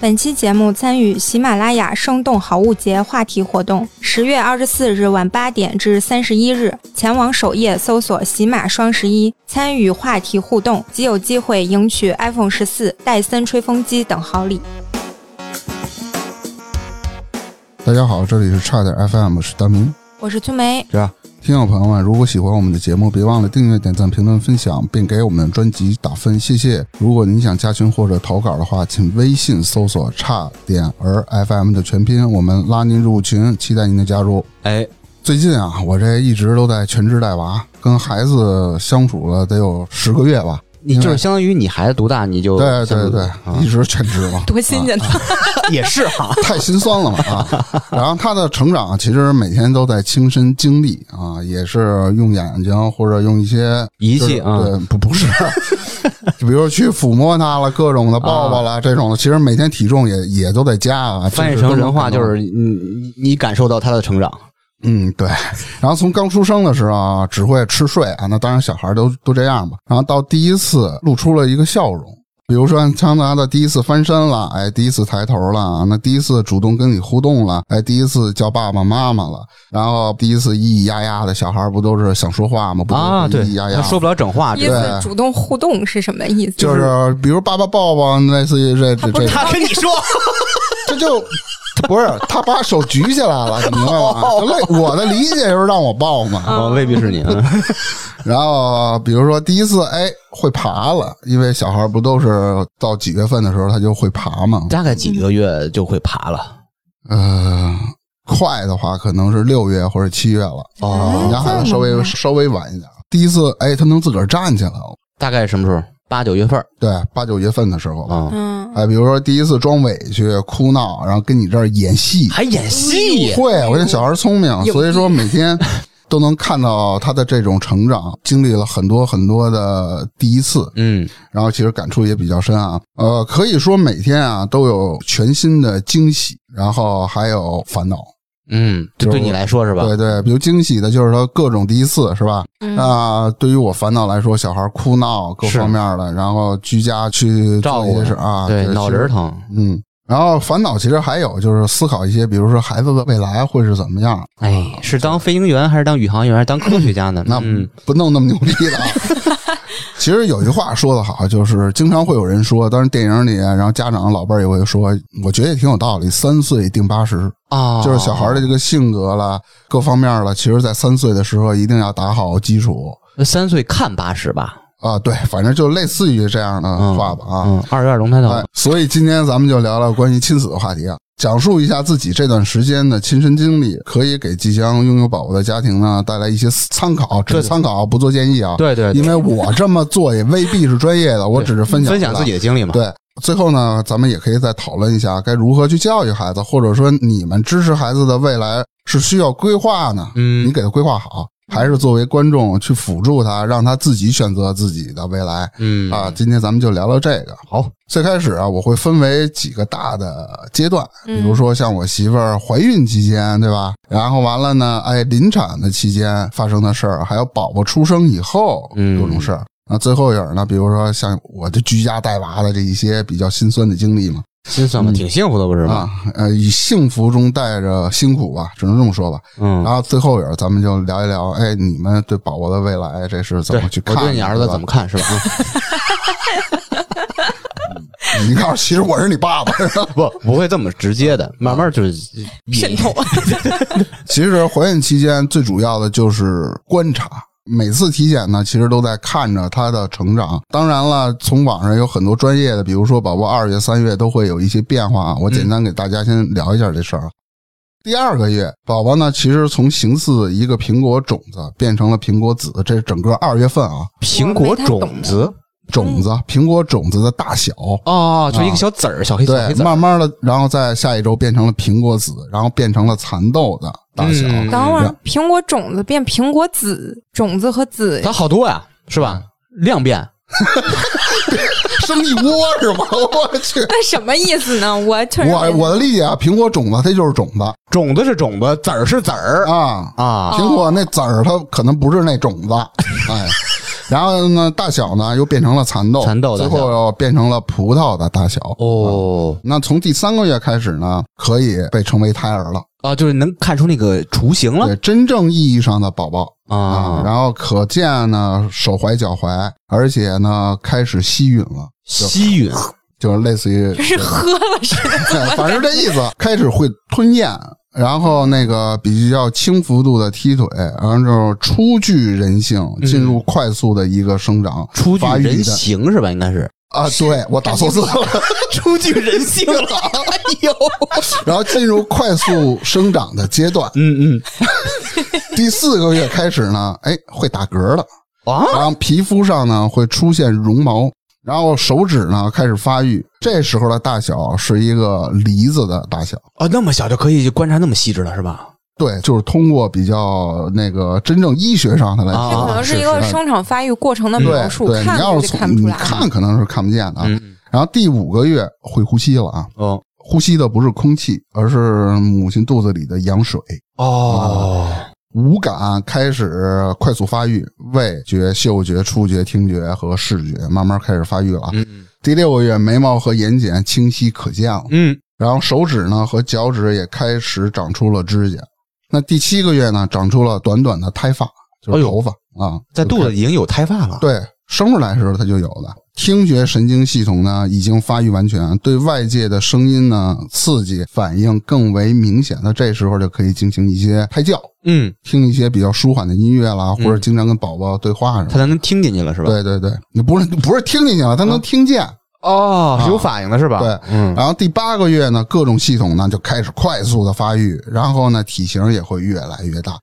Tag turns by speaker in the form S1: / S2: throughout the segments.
S1: 本期节目参与喜马拉雅“生动好物节”话题活动，十月二十四日晚八点至三十一日，前往首页搜索“喜马双十一”，参与话题互动，即有机会赢取 iPhone 十四、戴森吹风机等好礼。
S2: 大家好，这里是差点 FM，我是大明。
S1: 我是秋梅，
S3: 这样
S2: 听友朋友们，如果喜欢我们的节目，别忘了订阅、点赞、评论、分享，并给我们专辑打分，谢谢。如果你想加群或者投稿的话，请微信搜索“差点儿 FM” 的全拼，我们拉您入群，期待您的加入。
S3: 哎，
S2: 最近啊，我这一直都在全职带娃，跟孩子相处了得有十个月吧。
S3: 你就是相当于你孩子独大，你就
S2: 对
S3: 相啊
S2: 对
S3: 当于
S2: 对，一直全职嘛。
S1: 多新鲜的！
S3: 啊、 也是哈，
S2: 太心酸了嘛啊！ 然后他的成长其实每天都在亲身经历啊，也是用眼睛或者用一些
S3: 仪
S2: 就是
S3: 器啊
S2: 对，不不是， 就比如去抚摸它了，各种的抱抱了、这种的，其实每天体重也也都在加啊。
S3: 啊翻
S2: 这
S3: 译
S2: 是
S3: 成
S2: 都能
S3: 人话
S2: 看到
S3: 就是你你你感受到他的成长，
S2: 嗯，对。然后从刚出生的时候啊，只会吃睡啊，那当然小孩都都这样吧。然后到第一次露出了一个笑容，比如说像他的第一次翻身了，哎，第一次抬头了，那第一次主动跟你互动了，哎，第一次叫爸爸妈妈了，然后第一次咿咿呀呀的，小孩不都是想说话吗？不都是
S3: 啊，对
S2: 咿咿，呀呀
S3: 他。说不了整话，
S1: 意
S3: 这
S1: 思主动互动是什么意思？
S2: 就是比如爸爸抱抱，类似于这这这，
S3: 他跟你 说，
S2: 这就不是他把手举起来了，你明白吗？就类我的理解就是让我抱嘛，
S3: 我哦未必是你，啊
S2: 然后比如说第一次，哎，会爬了，因为小孩不都是到几月份的时候他就会爬嘛？
S3: 大概几个月就会爬了，
S2: 呃，快的话可能是六月或者七月了。
S3: 哦
S2: 我们家孩子稍微稍微晚一点。第一次，哎，他能自个儿站起来了，
S3: 大概什么时候？八九月份
S2: 对，八九月份的时候。
S3: 啊，
S1: 嗯，
S2: 哎，比如说第一次装委屈、哭闹，然后跟你这儿演戏，
S3: 还演戏，
S2: 会，我这小孩聪明，所以说每天都能看到他的这种成长，经历了很多很多的第一次。
S3: 嗯，
S2: 然后其实感触也比较深啊。呃，可以说每天啊都有全新的惊喜，然后还有烦恼。
S3: 嗯，这对你来说是吧？
S2: 对
S3: 嗯
S2: 对，比如惊喜的就是说各种第一次是吧？
S1: 嗯
S2: 那、对于我烦恼来说，小孩哭闹各
S3: 是
S2: 方面的，然后居家去做
S3: 照顾
S2: 一些事啊，
S3: 对，
S2: 这
S3: 脑
S2: 其实
S3: 仁儿疼，
S2: 嗯。然后烦恼其实还有就是思考一些，比如说孩子的未来会是怎么样，
S3: 哎，是当飞行员还是当宇航员还是当科学家呢？
S2: 那
S3: 嗯，
S2: 不弄那么牛逼 了。啊。其实有句话说得好，就是经常会有人说，当然电影里，然后家长老辈儿也会说，我觉得也挺有道理。三岁定八十，
S3: 啊，
S2: 就是小孩儿的这个性格啦，各方面了，其实在三岁的时候一定要打好基础
S3: 的哦三岁看八十吧，
S2: 啊。对，反正就类似于这样的
S3: 嗯
S2: 话吧啊。
S3: 嗯，二月二龙抬头，
S2: 哎，所以今天咱们就聊聊关于亲子的话题啊，讲述一下自己这段时间的亲身经历，可以给即将拥有宝宝的家庭呢带来一些参考，只
S3: 对
S2: 是参考不做建议啊。
S3: 对哎对对
S2: 因为我这么做也未必是专业的，我只是分享
S3: 分享自己。的经历嘛。
S2: 对，最后呢，咱们也可以再讨论一下该如何去教育孩子，或者说你们支持孩子的未来是需要规划呢？
S3: 嗯
S2: 你给他规划好，还是作为观众去辅助他，让他自己选择自己的未来？
S3: 嗯
S2: 啊，今天咱们就聊聊这个。
S3: 好，
S2: 最开始啊，我会分为几个大的阶段，比
S1: 嗯
S2: 如说像我媳妇儿怀孕期间，对吧？然后完了呢，哎，临产的期间发生的事儿，还有宝宝出生以后
S3: 嗯
S2: 各种事儿。那最后一点儿呢，比如说像我这居家带娃的这一些比较心酸的经历嘛，
S3: 心酸嘛，挺幸福的不是吗？
S2: 啊，呃，以幸福中带着辛苦吧，只能这么说吧。
S3: 嗯，
S2: 然后最后一点儿咱们就聊一聊，哎，你们对宝宝的未来这是怎
S3: 对
S2: 么去，看
S3: 我
S2: 的？
S3: 对你儿子
S2: 对吧
S3: 怎么看 是吧？
S2: 你告诉我，其实我是你爸爸。
S3: 啊不，不会这么直接的，慢慢就是
S1: 渗透。
S2: 其实怀孕期间最主要的就是观察。每次体检呢，其实都在看着他的成长。当然了，从网上有很多专业的，比如说宝宝二月、三月都会有一些变化。我简单给大家先聊一下这事
S3: 嗯
S2: 儿啊。第二个月，宝宝呢，其实从形似一个苹果种子变成了苹果籽，这是整个二月份啊，
S3: 苹果种子嗯
S2: 种子、苹果种子的大小，
S3: 哦，就一个小籽儿，小黑小
S2: 对
S3: 黑，籽儿。
S2: 慢慢的，然后在下一周变成了苹果籽，然后变成了蚕豆的大小。
S3: 嗯
S1: 等会儿，苹果种子变苹果籽，种子和籽
S3: 它好多呀，是吧？量变，
S2: 生一窝是 吗？我去，
S1: 那 什么意思呢？我确实
S2: 我我的理解啊，苹果种子它就是种子
S3: 种子是种子，籽儿是籽儿
S2: 啊，
S3: 啊。
S2: 苹果那籽儿它可能不是那种子，哎，然后呢，大小呢又变成了蚕豆，
S3: 蚕豆大
S2: 最
S3: 小
S2: 后变成了葡萄的大小。
S3: 哦
S2: 那从第三个月开始呢，可以被称为胎儿了，
S3: 啊，就是能看出那个雏形了
S2: 对，真正意义上的宝宝啊。
S3: 啊，
S2: 然后可见呢，手怀脚怀，而且呢，开始吸吮了，
S3: 吸吮
S2: 就是类似于
S1: 这是喝了是吧？
S2: 反正这意思，开始会吞咽，然后那个比较轻幅度的踢腿，然后就是初具人性，进入快速的一个生长、
S3: 出嗯具
S2: 发育
S3: 人
S2: 的
S3: 形是吧？应该是
S2: 啊，对我打错字了，
S3: 出具人性了， 哎呦，
S2: 然后进入快速生长的阶段，
S3: 嗯嗯
S2: 第四个月开始呢，哎，会打嗝了，
S3: 啊，
S2: 然后皮肤上呢会出现绒毛。然后手指呢开始发育，这时候的大小是一个梨子的大小，
S3: 哦，那么小就可以观察那么细致了是吧？
S2: 对，就是通过比较那个真正医学上的来
S3: 啊
S2: 说，
S1: 这可能是一个生长发育过程的
S2: 对
S1: 描述，
S2: 对，
S1: 看
S2: 你要
S1: 估计
S2: 是
S1: 看
S2: 从
S1: 不出
S2: 你
S1: 来。
S2: 看可能是看不见的啊。
S3: 嗯
S2: 然后第五个月会呼吸了啊，
S3: 哦
S2: 呼吸的不是空气，而是母亲肚子里的羊水。
S3: 哦
S2: 五感开始快速发育，味觉、嗅觉、触觉、听觉和视觉慢慢开始发育了啊。
S3: 嗯
S2: 第六个月，眉毛和眼睑清晰可见了，
S3: 嗯
S2: 然后手指呢和脚趾也开始长出了指甲。那第七个月呢，长出了短短的胎发，就
S3: 哎
S2: 是
S3: 呦
S2: 头发啊，
S3: 在
S2: 就
S3: 肚子已经有胎发了，
S2: 对，生出来的时候它就有的。听觉神经系统呢已经发育完全，对外界的声音呢刺激反应更为明显。那这时候就可以进行一些胎教，
S3: 嗯，
S2: 听一些比较舒缓的音乐啦，
S3: 嗯
S2: 或者经常跟宝宝对话什么
S3: 他
S2: 的。
S3: 才能听进去了是吧？
S2: 对对对，你不是不是听进去了，他
S3: 啊
S2: 能听见。
S3: 哦，
S2: 啊
S3: 是有反应的是吧？
S2: 对
S3: 嗯
S2: 然后第八个月呢，各种系统呢就开始快速的发育，然后呢体型也会越来越大。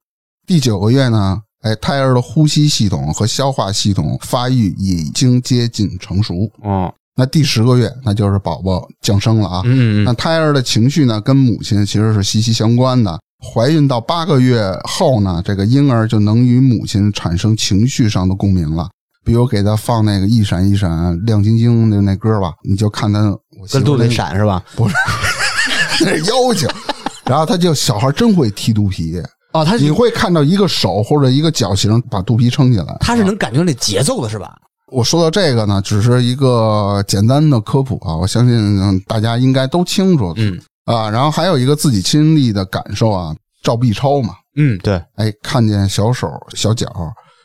S2: 第九个月呢，哎，胎儿的呼吸系统和消化系统发育已经接近成熟。
S3: 哦
S2: 那第十个月，那就是宝宝降生了啊。
S3: 嗯
S2: 那
S3: 嗯
S2: 胎儿的情绪呢，跟母亲其实是息息相关的。怀孕到八个月后呢，这个婴儿就能与母亲产生情绪上的共鸣了。比如给他放那个一闪一闪亮晶晶的那歌吧，你就看他我媳
S3: 跟
S2: 妇
S3: 肚
S2: 儿
S3: 子
S2: 那
S3: 里闪是吧？
S2: 那是妖 精，然后他就小孩真会踢肚皮，
S3: 哦，他
S2: 你
S3: 是
S2: 会看到一个手或者一个脚型把肚皮撑起来。
S3: 他是能感觉那节奏的是吧？
S2: 我说到这个呢，只是一个简单的科普啊，我相信大家应该都清楚。
S3: 嗯
S2: 啊，然后还有一个自己亲历的感受啊，照 B 超嘛，
S3: 嗯，对，
S2: 哎，看见小手小脚，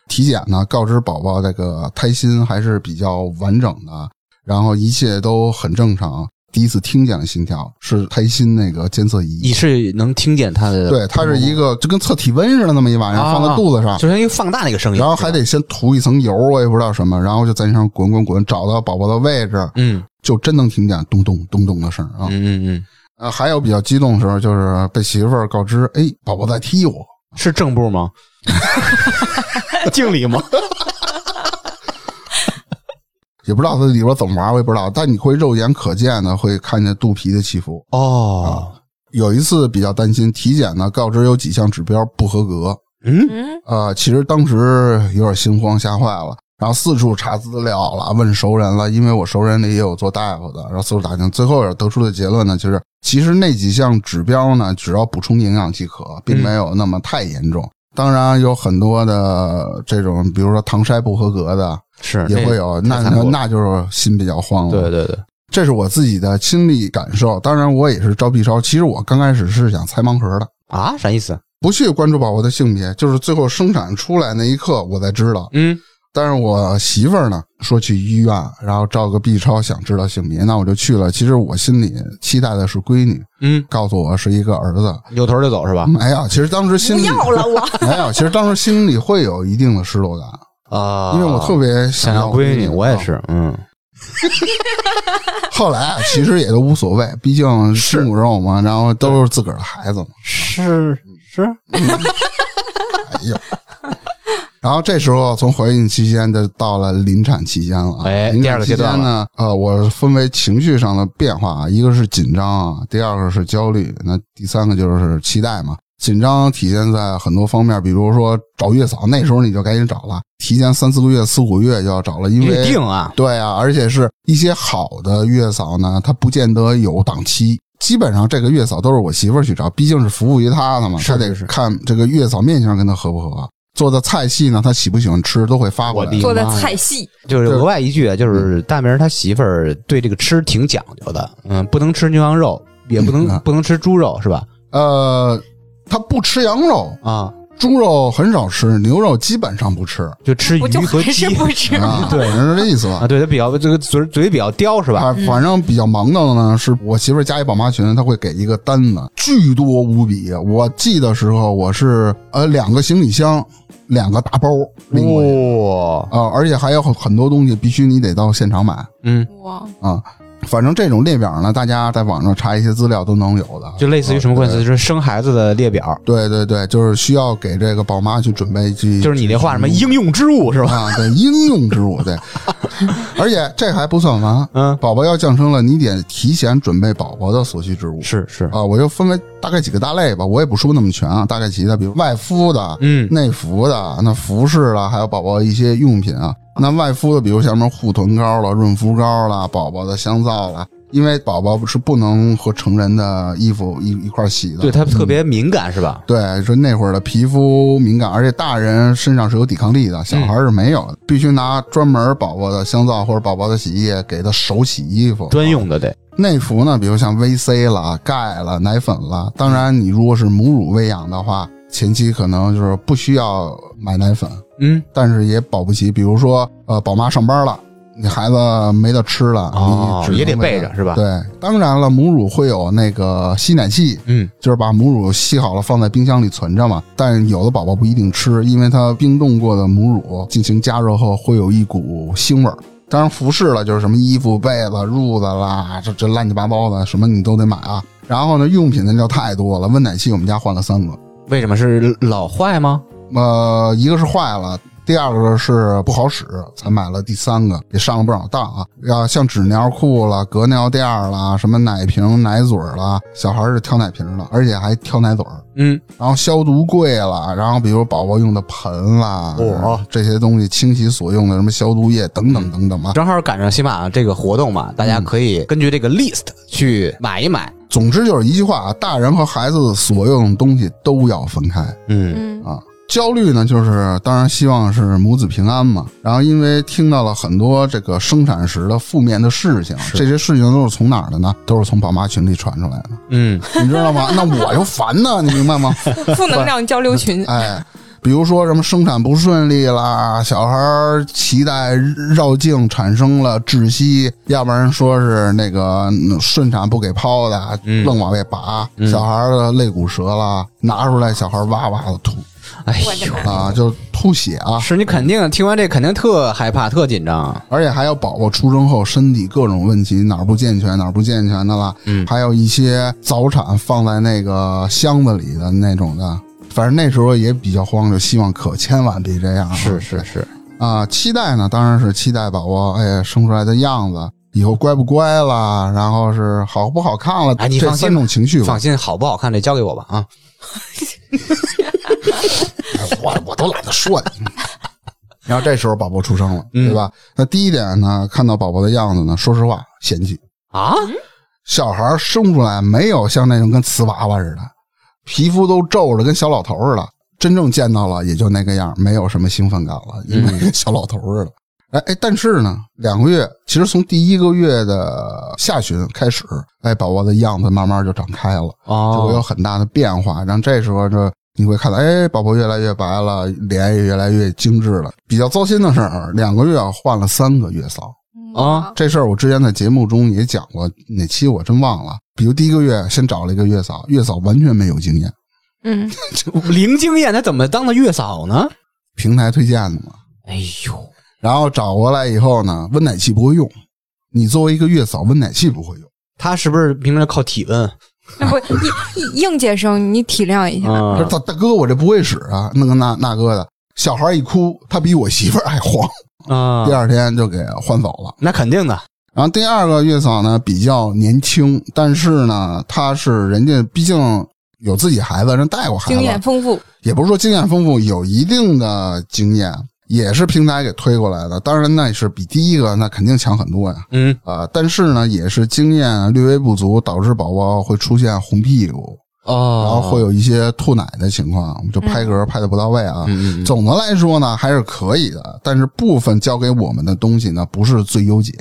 S2: 体检呢告知宝宝这个胎心还是比较完整的，然后一切都很正常。第一次听见了心跳，是胎心那个监测
S3: 你
S2: 仪，
S3: 是能听见他的，
S2: 对，它是一个就跟测体温似的那么一玩意儿，
S3: 啊
S2: 放在肚子上，
S3: 就相当于放大那个声音，
S2: 然后还得先涂一层油，我也不知道什么，然后就在那上滚滚滚，找到宝宝的位置，
S3: 嗯
S2: 就真能听见咚咚咚咚的声儿啊。
S3: 嗯嗯嗯，
S2: 呃，还有比较激动的时候，就是被媳妇儿告知，哎，宝宝在踢我，
S3: 是正步 吗？敬礼吗？
S2: 也不知道它里边怎么玩，我也不知道。但你会肉眼可见的会看见肚皮的起伏。
S3: 哦，
S2: 有一次比较担心，体检呢告知有几项指标不合格，
S3: 嗯
S1: 嗯，
S2: 呃，其实当时有点心慌，吓坏了。然后四处查资料了，问熟人了，因为我熟人里也有做大夫的，然后四处打听，最后得出的结论呢，就是其实那几项指标呢，只要补充营养即可，并没有那么太严重。当然有很多的这种，比如说唐筛不合格的
S3: 是
S2: 也会有，那那
S3: 太残酷了
S2: 那就是心比较慌了。
S3: 对对对，
S2: 这是我自己的亲历感受。当然我也是照 B 超，其实我刚开始是想拆盲盒的，
S3: 啊，啥意思？
S2: 不去关注宝宝的性别，就是最后生产出来那一刻我才知道。
S3: 嗯
S2: 但是我媳妇儿呢说去医院，然后照个 B 超，想知道性别，那我就去了。其实我心里期待的是闺女，
S3: 嗯，
S2: 告诉我是一个儿子。
S3: 扭头就走是吧？
S2: 没有，其实当时心
S1: 不
S2: 里哎
S1: 要 了我。
S2: 没有，其实当时心里会有一定的失落感，
S3: 啊，
S2: 因为我特别
S3: 想
S2: 要
S3: 要闺女，我也
S2: 啊。
S3: 是，嗯，
S2: 后来啊，其实也都无所谓，毕竟亲骨肉嘛，然后都是自个儿的孩子嘛。
S3: 是是，
S2: 哎呦。然后这时候从怀孕期间就到了临产期间了啊，
S3: 哎
S2: 临
S3: 第二
S2: 产
S3: 个
S2: 期
S3: 阶段
S2: 间呢，呃，我分为情绪上的变化啊，一个是紧张啊，第二个是焦虑，那第三个就是期待嘛。紧张体现在很多方面，比如说找月嫂，那时候你就赶紧找了，提前三四个月、四五个月就要找了，因
S3: 预
S2: 为
S3: 定啊，
S2: 对啊，而且是一些好的月嫂呢，她不见得有档期。基本上这个月嫂都是我媳妇儿去找，毕竟是服务于她的嘛，
S3: 是
S2: 她得
S3: 是是
S2: 看这个月嫂面相跟她合不合。做的菜系呢，他喜不喜欢吃都会发过
S3: 我
S2: 来
S3: 理解。
S1: 做的菜系，
S3: 就是
S2: 对
S3: 额外一句啊，就是
S2: 嗯
S3: 大明儿他媳妇儿对这个吃挺讲究的，嗯，不能吃牛羊肉，也不能、
S2: 嗯
S3: 不能吃猪肉，是吧？
S2: 呃，他不吃羊肉，
S3: 啊，
S2: 猪肉很少吃，牛肉基本上不 吃
S3: 就吃鱼
S1: 我就
S3: 和
S1: 还
S3: 鸡
S1: 是不吃。
S2: 啊，
S3: 对
S2: 反正是这意思吧
S3: 啊，。对他比较这个嘴嘴比较刁，是吧？
S2: 啊，反正比较忙叨的呢，是我媳妇儿加一宝妈群，她会给一个单子，巨多无比。我记的时候，我是呃两个行李箱，两个大包拎过
S3: 哦
S2: 去
S3: 哇、
S2: 啊、而且还有很很多东西必须你得到现场买啊、
S3: 嗯，
S1: 哇，
S2: 反正这种列表呢，大家在网上查一些资料都能有的，
S3: 就类似于什么关系？
S2: 啊
S3: 就是生孩子的列表，
S2: 对对对，就是需要给这个宝妈去准备去，
S3: 就是你那话什
S2: 嗯
S3: 么应用之物是吧？
S2: 啊，对应用之物 对，而且这还不算完，
S3: 嗯，
S2: 宝宝要降生了，你得提前准备宝宝的所需之物。
S3: 是是，
S2: 啊，我就分为大概几个大类吧，我也不说那么全啊，大概几个，比如外敷的、
S3: 嗯
S2: 内服的、那服饰啦，还有宝宝一些用品啊。那外敷的，比如像什么护臀膏了、润肤膏啦、宝宝的香皂啦，因为宝宝是不能和成人的衣服一一块儿洗的。
S3: 对他特别敏感、是吧？
S2: 对，说那会儿的皮肤敏感，而且大人身上是有抵抗力的，小
S3: 嗯
S2: 孩儿是没有的，必须拿专门宝宝的香皂或者宝宝的洗衣液给他手洗衣服。
S3: 专用的得，
S2: 内服呢，比如像 VC 啦、钙啦、奶粉啦。当然，你如果是母乳喂养的话，前期可能就是不需要买奶粉，
S3: 嗯，
S2: 但是也保不齐，比如说呃，宝妈上班了，你孩子没得吃了，
S3: 哦
S2: 你只能
S3: 也得
S2: 喂
S3: 备
S2: 奶
S3: 着是吧
S2: 对，当然了，母乳会有那个吸奶器，
S3: 嗯，
S2: 就是把母乳吸好了放在冰箱里存着嘛。但有的宝宝不一定吃，因为它冰冻过的母乳进行加热后会有一股腥味儿。当然，服饰了就是什么衣服、被子、褥子啦，这这乱七八糟的什么你都得买啊。然后呢，用品那就太多了，温奶器我们家换了三个，
S3: 为什么是老坏吗？
S2: 呃，一个是坏了。第二个是不好使，才买了第三个，也上了不少当啊。啊，像纸尿裤啦、隔尿垫儿啦、什么奶瓶、奶嘴儿啦，小孩儿是挑奶瓶的，而且还挑奶嘴儿。
S3: 嗯，
S2: 然后消毒柜啦，然后比如宝宝用的盆啦，
S3: 哦
S2: 这些东西清洗所用的什么消毒液等等等等啊。
S3: 正好赶上喜马这个活动嘛，大家可
S2: 嗯
S3: 以根据这个 list 去买一买，
S2: 总之就是一句话啊，大人和孩子所用的东西都要分开
S3: 嗯
S1: 嗯，
S2: 啊。焦虑呢，就是当然希望是母子平安嘛。然后因为听到了很多这个生产时的负面的事情，
S3: 是
S2: 这些事情都是从哪儿的呢？都是从宝妈群里传出来的，
S3: 嗯，
S2: 你知道吗？那我就烦呢，你明白吗？
S1: 负能量交流群，
S2: 哎，比如说什么生产不顺利啦，小孩儿脐带绕颈产生了窒息，要不然说是那个嗯顺产不给剖的，
S3: 嗯
S2: 愣往外拔，
S3: 嗯
S2: 小孩儿的肋骨折了，拿出来小孩儿哇哇的吐
S3: 哎
S1: 我的
S3: 呦，
S1: 妈
S2: 啊，就吐血啊，
S3: 是你肯定听完这肯定特害怕、特紧张，
S2: 而且还有宝宝出生后身体各种问题，哪儿不健全哪儿不健全的啦，
S3: 嗯
S2: 还有一些早产放在那个箱子里的那种的。反正那时候也比较慌，就希望可千万别这样啊。
S3: 是是是，
S2: 啊，期待呢，当然是期待宝宝哎生出来的样子，以后乖不乖啦，然后是好不好看了，
S3: 哎你
S2: 这
S3: 放心
S2: 三种情绪吧
S3: 放，心，好不好看这交给我吧啊，
S2: 我我都懒得说你。 然后这时候宝宝出生了，
S3: 嗯
S2: 对吧？那第一点呢，看到宝宝的样子呢，说实话嫌弃，
S3: 啊，
S2: 小孩生出来没有像那种跟瓷娃娃似的，皮肤都皱着，跟小老头似的。真正见到了也就那个样，没有什么兴奋感了，因为 跟小老头似的。哎哎，但是呢，两个月其实从第一个月的下旬开始，哎，宝宝的样子慢慢就长开了，就会有
S3: 哦，
S2: 很大的变化。然后这时候呢，你会看到，哎，宝宝越来越白了，脸也越来越精致了。比较糟心的是，两个月啊换了三个月嫂。
S3: 啊
S2: 这事儿我之前在节目中也讲过，哪期我真忘了。比如第一个月先找了一个月嫂，月嫂完全没有经验，
S1: 嗯，
S3: 零经验，他怎么当的月嫂呢？
S2: 平台推荐的嘛。
S3: 哎呦，
S2: 然后找过来以后呢，温奶器不会用，你作为一个月嫂，温奶器不会用。
S3: 他是不是平常靠体温？
S1: 那不应应届生，你体谅一下，
S2: 他
S3: 嗯
S2: 说，大大哥，我这哎不会使啊，那个那那个的。小孩一哭，他比我媳妇儿还慌，
S3: 啊
S2: 第，二天就给换走了。
S3: 那肯定的，
S2: 然后第二个月嫂呢比较年轻，但是呢，她是人家毕竟有自己孩子，人带过孩
S1: 经
S2: 子，
S1: 验丰富，
S2: 也不是说经验丰富，有一定的经验，也是平台给推过来的。当然，那也是比第一个那肯定强很多呀。
S3: 嗯，
S2: 啊、但是呢，也是经验略微不足，导致宝宝会出现红屁股，
S3: 哦，
S2: 然后会有一些吐奶的情况，我们就拍嗝拍的不到位啊。
S3: 嗯嗯
S2: 总的来说呢，还是可以的，但是部分交给我们的东西呢，不是最优解。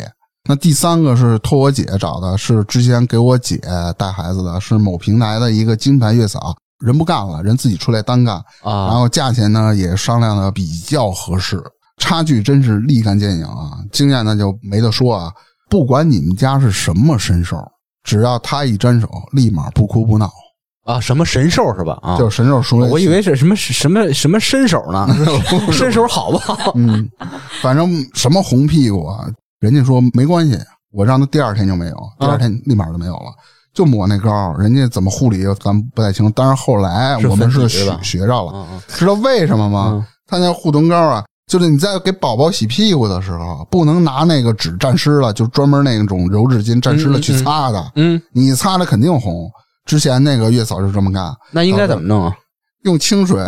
S2: 那第三个是托我姐找的，是之前给我姐带孩子的，是某平台的一个金牌月嫂，人不干了，人自己出来单干，
S3: 嗯
S2: 然
S3: 啊，
S2: 后价钱呢也商量的比较合适，差距真是立竿见影啊！经验那就没得说啊，不管你们家是什么神兽，只要他一沾手，立马不哭不闹，
S3: 啊，什么神兽是吧？啊，
S2: 就是神兽熟练。
S3: 我以为是嗯什么什么什么伸手呢， 伸手好不好？
S2: 嗯，反正什么红屁股啊，人家说没关系，我让他第二天就没有，
S3: 啊
S2: 第二天立马就没有了。就抹那膏，人家怎么护理咱们不太清。但是后来
S3: 是
S2: 我们是
S3: 分级
S2: 学
S3: 的
S2: 学着了，
S3: 嗯
S2: 知道为什么吗？
S3: 嗯
S2: 他那护臀膏啊，就是你在给宝宝洗屁股的时候，啊不能拿那个纸沾湿了，就专门那种柔纸巾沾湿了
S3: 嗯嗯
S2: 去擦的，
S3: 嗯，
S2: 你擦了肯定红。之前那个月嫂就这么干，
S3: 那应该怎么弄啊？
S2: 用清水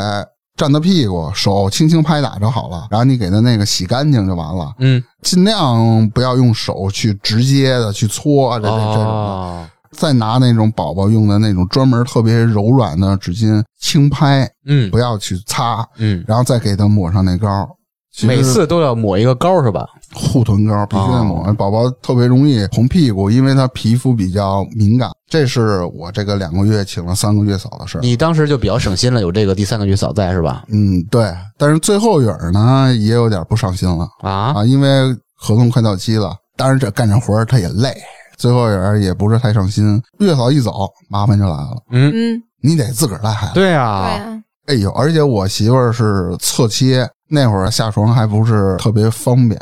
S2: 蘸他屁股，手轻轻拍打就好了，然后你给他那个洗干净就完了，
S3: 嗯，
S2: 尽量不要用手去直接的去搓啊这这这种的，
S3: 哦，
S2: 再拿那种宝宝用的那种专门特别柔软的纸巾轻拍，
S3: 嗯
S2: 不要去擦，
S3: 嗯，
S2: 然后再给他抹上那膏。其实
S3: 每次都要抹一个膏是吧？
S2: 护臀膏必须得抹，
S3: 哦
S2: 宝宝特别容易红屁股，因为他皮肤比较敏感。这是我这个两个月请了三个月嫂的事儿。
S3: 你当时就比较省心了，有这个第三个月嫂在是吧？
S2: 嗯，对，但是最后一儿呢也有点不上心了
S3: 啊，
S2: 啊，因为合同快到期了，当然这干这活儿他也累，最后一儿也不是太上心。月嫂一走，麻烦就来了，
S3: 嗯，
S1: 嗯，
S2: 你得自个儿带孩子。
S3: 对
S1: 对
S3: 啊，
S1: 啊，
S2: 哎呦，而且我媳妇儿是侧切，那会儿下床还不是特别方便，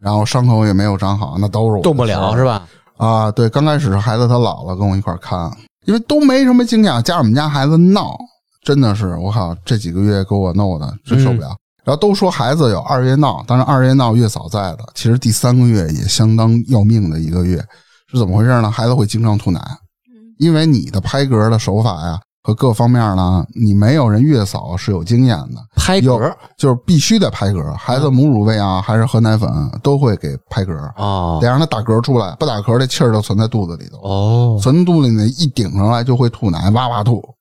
S2: 然后伤口也没有长好，那都是我的
S3: 动不
S2: 事儿
S3: 了是吧？
S2: 啊，对，刚开始孩子他姥姥跟我一块儿看，因为都没什么经验，加上我们家孩子闹，真的是我靠，这几个月给我弄的真受不了。然后都说孩子有二月闹，当然二月闹月嫂在的，其实第三个月也相当要命的一个月，是怎么回事呢？孩子会经常吐奶，因为你的拍嗝的手法呀和各方面呢，你没有人月嫂是有经验的，
S3: 拍
S2: 有
S3: 嗝
S2: 就是必须得拍嗝，孩子母乳喂啊还是喝奶粉都会给拍嗝。
S3: 哦
S2: 得让他打嗝出来，不打嗝这气儿就存在肚子里头，
S3: 哦，
S2: 存肚子里呢一顶上来就会吐奶，哇哇吐。
S1: 哦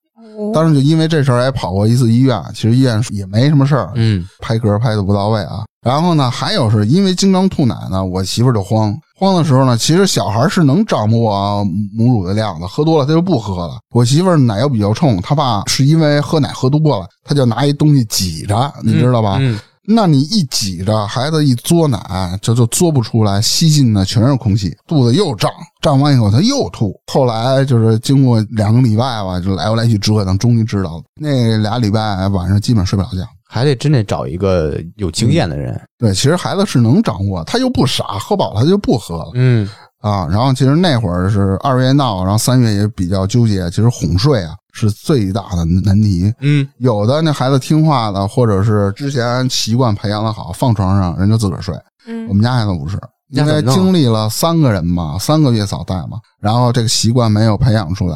S2: 当时就因为这事儿也跑过一次医院，其实医院也没什么事儿，
S3: 嗯
S2: 拍嗝拍的不到位啊。然后呢，还有是因为经常吐奶呢，我媳妇儿就慌。慌的时候呢，其实小孩是能掌握啊母乳的量的，喝多了他就不喝了。我媳妇儿奶又比较冲，她爸是因为喝奶喝多了，他就拿一东西挤着，你知道吧？
S3: 嗯，
S2: 那你一挤着，孩子一嘬奶，就就嘬不出来，吸进的全是空气，肚子又胀，胀完以后他又吐。后来就是经过两个礼拜吧，就来回来去折腾，终于知道了。那俩礼拜晚上基本睡不了觉。
S3: 还得真得找一个有经验的人。
S2: 对，其实孩子是能掌握，他又不傻，喝饱了他就不喝了
S3: 嗯
S2: 啊。然后其实那会儿是二月闹，然后三月也比较纠结。其实哄睡啊是最大的难题。
S3: 嗯，
S2: 有的那孩子听话的，或者是之前习惯培养的好，放床上人就自个儿睡。我
S1: 嗯
S2: 们家孩子不是，
S3: 那
S2: 因为
S3: 怎么弄啊
S2: 经历了三个人嘛，三个月嫂带嘛，然后这个习惯没有培养出来，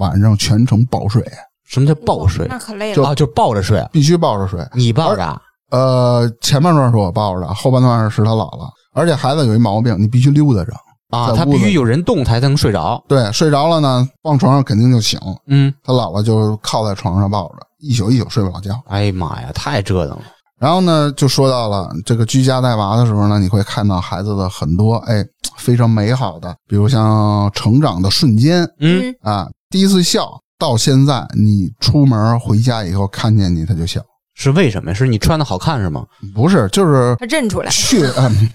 S2: 晚上全程抱睡，
S3: 什么叫抱睡
S1: 那可累了，
S3: 啊？就抱着睡，
S2: 必须抱着睡。
S3: 你抱着啊
S2: 呃，前半段是我抱着，后半段是他姥姥。而且孩子有一毛病，你必须溜达着。
S3: 啊，
S2: 在
S3: 他
S2: 屋
S3: 必
S2: 子
S3: 须有人动才能睡着。
S2: 对，睡着了呢，放床上肯定就醒。
S3: 嗯，
S2: 他姥姥就靠在床上抱着，一宿一宿睡不了觉。
S3: 哎呀妈呀，太折腾了。
S2: 然后呢，就说到了这个居家带娃的时候呢，你会看到孩子的很多哎非常美好的，比如像成长的瞬间，
S3: 嗯，
S1: 嗯
S2: 啊，第一次笑到现在，你出门回家以后看见你他就笑，
S3: 是为什么呀？是你穿的好看是吗？
S2: 不是就是
S1: 他认出来，
S2: 血嗯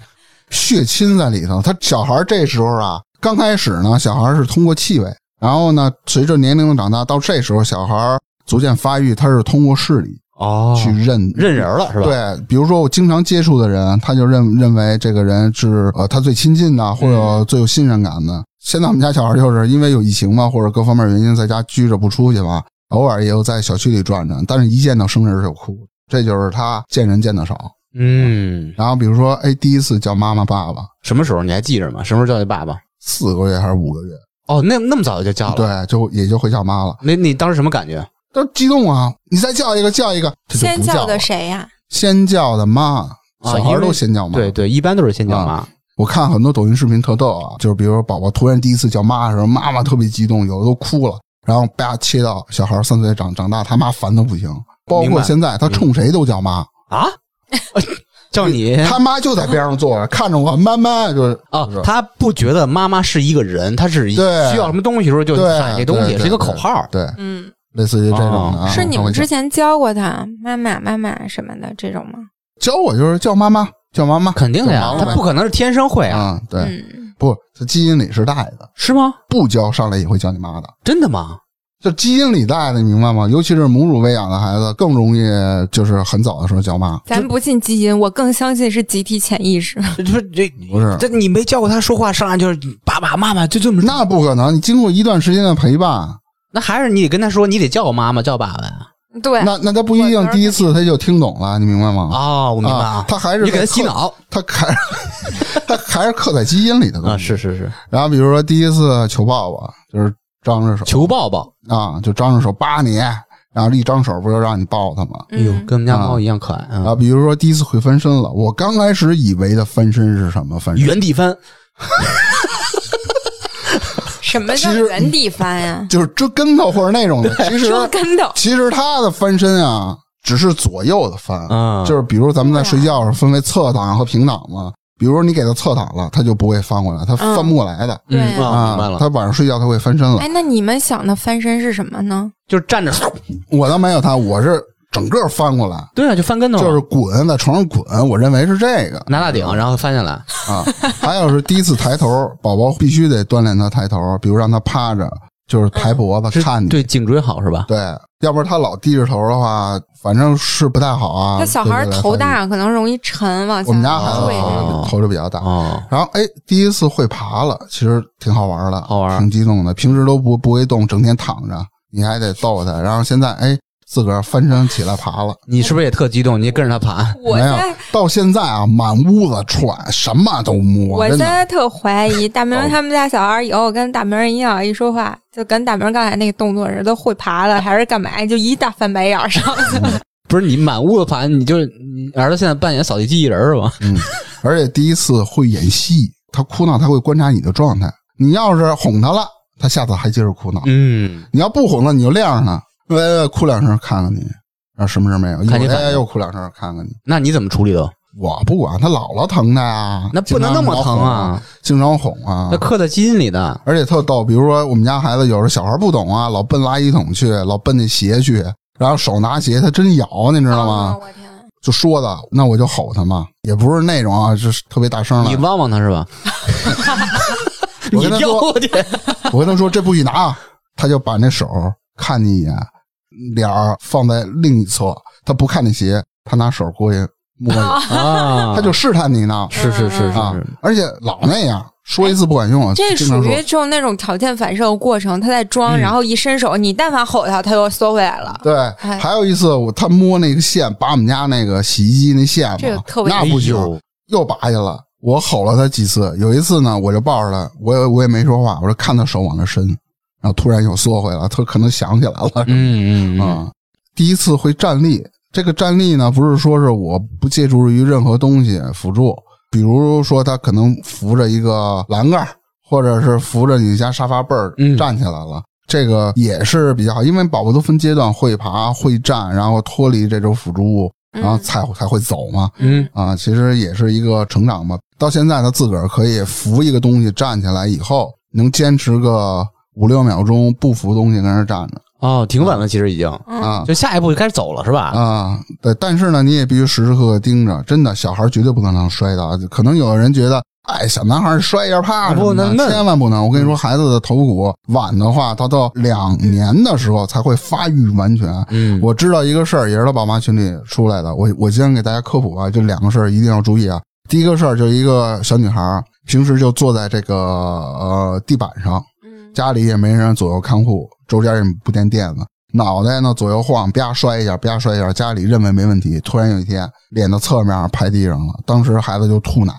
S2: 血亲在里头。他小孩这时候啊，刚开始呢，小孩是通过气味，然后呢，随着年龄的长大，到这时候小孩逐渐发育，他是通过视力
S3: 哦
S2: 去认、
S3: 认人了是吧？，
S2: 对，比如说我经常接触的人，他就认认为这个人是呃他最亲近的，
S3: 嗯
S2: 或者最有信任感的。现在我们家小孩就是因为有疫情嘛，或者各方面原因，在家拘着不出去嘛，偶尔也有在小区里转转，但是一见到生人就哭，这就是他见人见的少。
S3: 嗯，
S2: 然后比如说，哎，第一次叫妈妈爸爸，
S3: 什么时候你还记着吗？什么时候叫你爸爸？
S2: 四个月还是五个月，
S3: 哦，那那么早就叫了。，
S2: 对，就也就会叫妈了。
S3: 那你当时什么感觉？
S2: 都激动啊！你再叫一个，叫一个，他就
S1: 先
S2: 不叫
S1: 叫
S2: 了
S1: 的。谁呀？
S2: 先叫的妈，小
S3: 啊因
S2: 孩
S3: 为
S2: 都先叫妈。
S3: 对对，一般都是先叫妈。
S2: 我看啊很多抖音视频特逗啊，就是比如说宝宝突然第一次叫妈的时候，妈妈特别激动，有的都哭了。然后叭切到小孩三岁长长大，他妈烦的不行。包
S3: 明
S2: 括
S3: 白
S2: 现在，他
S1: 嗯
S2: 冲谁都叫妈，
S3: 啊， 叫
S1: 哎
S3: 你
S2: 他妈就在边上坐着，看着我妈妈就是
S3: 啊
S2: 是，
S3: 他不觉得妈妈是一个人，他是需
S2: 对
S3: 要什么东西的时候就
S2: 对
S3: 喊这东
S2: 对
S3: 西，
S2: 对
S3: 是一个口号。
S2: 对，
S1: 嗯，
S2: 类似于这种的啊。
S1: 哦是你
S2: 他会
S1: 们
S2: 叫
S1: 之前教过他妈妈、妈妈什么的这种吗？
S2: 教我就是叫妈妈，叫妈妈，
S3: 肯定的
S2: 就
S3: 呀
S2: 忙，了呗
S3: 他不可能是天生会啊，
S2: 啊、对，
S1: 嗯，
S2: 不，这基因里是带的，
S3: 是吗？
S2: 不教上来也会叫你妈的。
S3: 真的吗？
S2: 这基因里带的，你明白吗？尤其是母乳喂养的孩子，更容易就是很早的时候叫妈。
S1: 咱不信基因，我更相信是集体潜意识。
S3: 这这这
S2: 不是
S3: 这你没教过他说话，上来就是爸爸妈妈就这么
S2: 那不可能，你经过一段时间的陪伴，
S3: 那还是你得跟他说，你得叫我妈妈叫爸爸呀。
S1: 对，
S2: 那那他不一
S1: 我觉
S2: 定
S1: 得
S2: 第一次他就听懂了，你明白吗？
S3: 哦，我明白
S2: 啊
S3: 啊，，
S2: 他还是
S3: 你给
S2: 在
S3: 他洗
S2: 刻，
S3: 脑
S2: 他还是 他还是刻在基因里的东西。
S3: 啊，是是是，
S2: 然后比如说第一次求抱抱，就是张着手
S3: 求抱抱。
S2: 啊，就张着手扒你，然后一张手不就让你抱他吗？
S3: 哎呦，
S1: 嗯
S3: 跟我们家猫一样可爱
S2: 啊，
S3: 啊！
S2: 比如说第一次会翻身了，我刚开始以为的翻身是什么翻身？
S3: 原地翻，
S1: 什么叫
S2: 其实
S1: 原地翻呀？
S2: 就是折跟头或者那种的。其实
S1: 说跟头，
S2: 其实他的翻身啊，只是左右的翻，
S3: 嗯
S2: 就是比如咱们在睡觉的时候分为侧躺和平躺嘛。比如你给他侧躺了，他就不会翻过来，他翻不过来的、
S1: 对
S3: 嗯
S1: 啊
S3: 啊，明白
S2: 啊。
S3: 了，
S2: 他晚上睡觉他会翻身了
S1: 哎，，那你们想的翻身是什么呢？
S3: 就是站着，
S2: 我倒没有他，我是整个翻过来，
S3: 对啊，就翻跟头，
S2: 就是滚在床上滚，我认为是这个。
S3: 拿大顶，然后翻下来。
S2: 啊，还有是第一次抬头，宝宝必须得锻炼他抬头，比如让他趴着，就是抬脖子
S3: 是
S2: 看你，
S3: 对颈椎好是吧？
S2: 对要不然他老低着头的话，反正是不太好啊。
S1: 他小孩
S2: 对
S1: 头，大，可能容易沉，往
S2: 对对
S1: 下
S2: 我们家孩子啊
S1: 坠
S2: 头
S3: 哦
S2: 就头就比较大。
S3: 哦，
S2: 然后哎，第一次会爬了，其实挺好玩的，
S3: 好玩
S2: 挺激动的。平时都不不会动，整天躺着，你还得逗他。然后现在哎，自个儿翻身起来爬了。
S3: 你是不是也特激动？你跟着他爬，
S1: 我
S2: 没有
S1: 在，
S2: 到现在啊，满屋子喘，什么都摸。
S1: 我
S2: 真
S1: 现
S2: 的
S1: 在特怀 疑大明他们家小孩以后跟大明一样，一说话就跟大明刚才那个动作似的，都会爬了还是干嘛，就一大翻白眼儿上去。
S3: 不是你满屋子爬，你就是你儿子现在扮演扫地机器人儿是吧？
S2: 嗯，而且第一次会演戏，他哭闹，他会观察你的状态。你要是哄他了，他下次还接着哭闹；
S3: 嗯，
S2: 你要不哄他，你就晾着他，喂喂喂，哭两声看看你，然后什么事没有，
S3: 看你
S2: 又
S3: 反应
S2: 哎又哭两声看看你。
S3: 那你怎么处理的？
S2: 我不管他姥姥疼他呀，
S3: 那不能那么疼啊，
S2: 经常哄啊
S3: 那。刻在基因里的，
S2: 而且特逗，比如说我们家孩子有时候小孩不懂啊，老奔垃圾桶去，老奔那鞋去，然后手拿鞋，他真咬，你知道
S3: 哦
S2: 吗？
S1: 哦我天！
S2: 就说的，那我就吼他嘛，也不是那种啊，就是特别大声了
S3: 你。汪汪他是吧？
S2: 我跟他说
S3: 你要 我去，
S2: 我跟他说这不许拿，他就把那手看你一眼，脸儿放在另一侧，他不看那鞋，他拿手过去摸你，
S3: 啊
S2: 他就试探你呢
S3: 是是是是
S2: 啊
S3: 是，！
S2: 而且老那样，说一次不管用，
S1: 这
S2: 经
S1: 属
S2: 常说
S1: 于就是那种条件反射的过程，他在
S2: 嗯
S1: 装，然后一伸手，你但凡吼他，他又缩回来了。
S2: 对。
S1: 哎
S2: 还有一次，我他摸那个线，拔我们家那个洗衣机那线
S1: 这个
S2: 嘛
S1: 特，别
S2: 那不行，
S3: 哎呦
S2: 又拔下了。我吼了他几次，有一次呢，我就抱着他，我也我也没说话，我就看他手往那伸，然后突然又缩回来了，他可能想起来了，
S3: 嗯嗯嗯，
S2: 啊，第一次会站立。这个站立呢，不是说是我不借助于任何东西辅助，比如说他可能扶着一个栏杆儿，或者是扶着你家沙发背儿
S3: 嗯
S2: 站起来了。这个也是比较好，因为宝宝都分阶段会爬、会站，然后脱离这种辅助物，
S1: 嗯
S2: 然后才才会走嘛。
S3: 嗯，
S2: 啊，其实也是一个成长吧。到现在他自个儿可以扶一个东西站起来以后，能坚持个五六秒钟不扶东西跟那儿站着
S3: 哦，挺稳了，其实已经，
S2: 啊。
S3: 就下一步就开始走了是吧？
S2: 啊，对，但是呢，你也必须时时刻刻盯着，真的，小孩绝对不能让摔倒。可能有的人觉得，哎，小男孩摔一下怕什么
S3: 不
S2: 的，
S3: 能嫩
S2: 千万不能。我跟你说，孩子的头骨晚的话，他到两年的时候才会发育完全。
S3: 嗯，
S2: 我知道一个事儿，也是到宝妈群里出来的。我我先给大家科普啊，这两个事儿一定要注意啊。第一个事儿就是一个小女孩儿，平时就坐在这个呃地板上，
S1: 嗯
S2: 家里也没人左右看护，周边也不垫垫子，脑袋呢左右晃，啪摔一下，啪摔一下。家里认为没问题，突然有一天脸的侧面拍地上了，当时孩子就吐奶，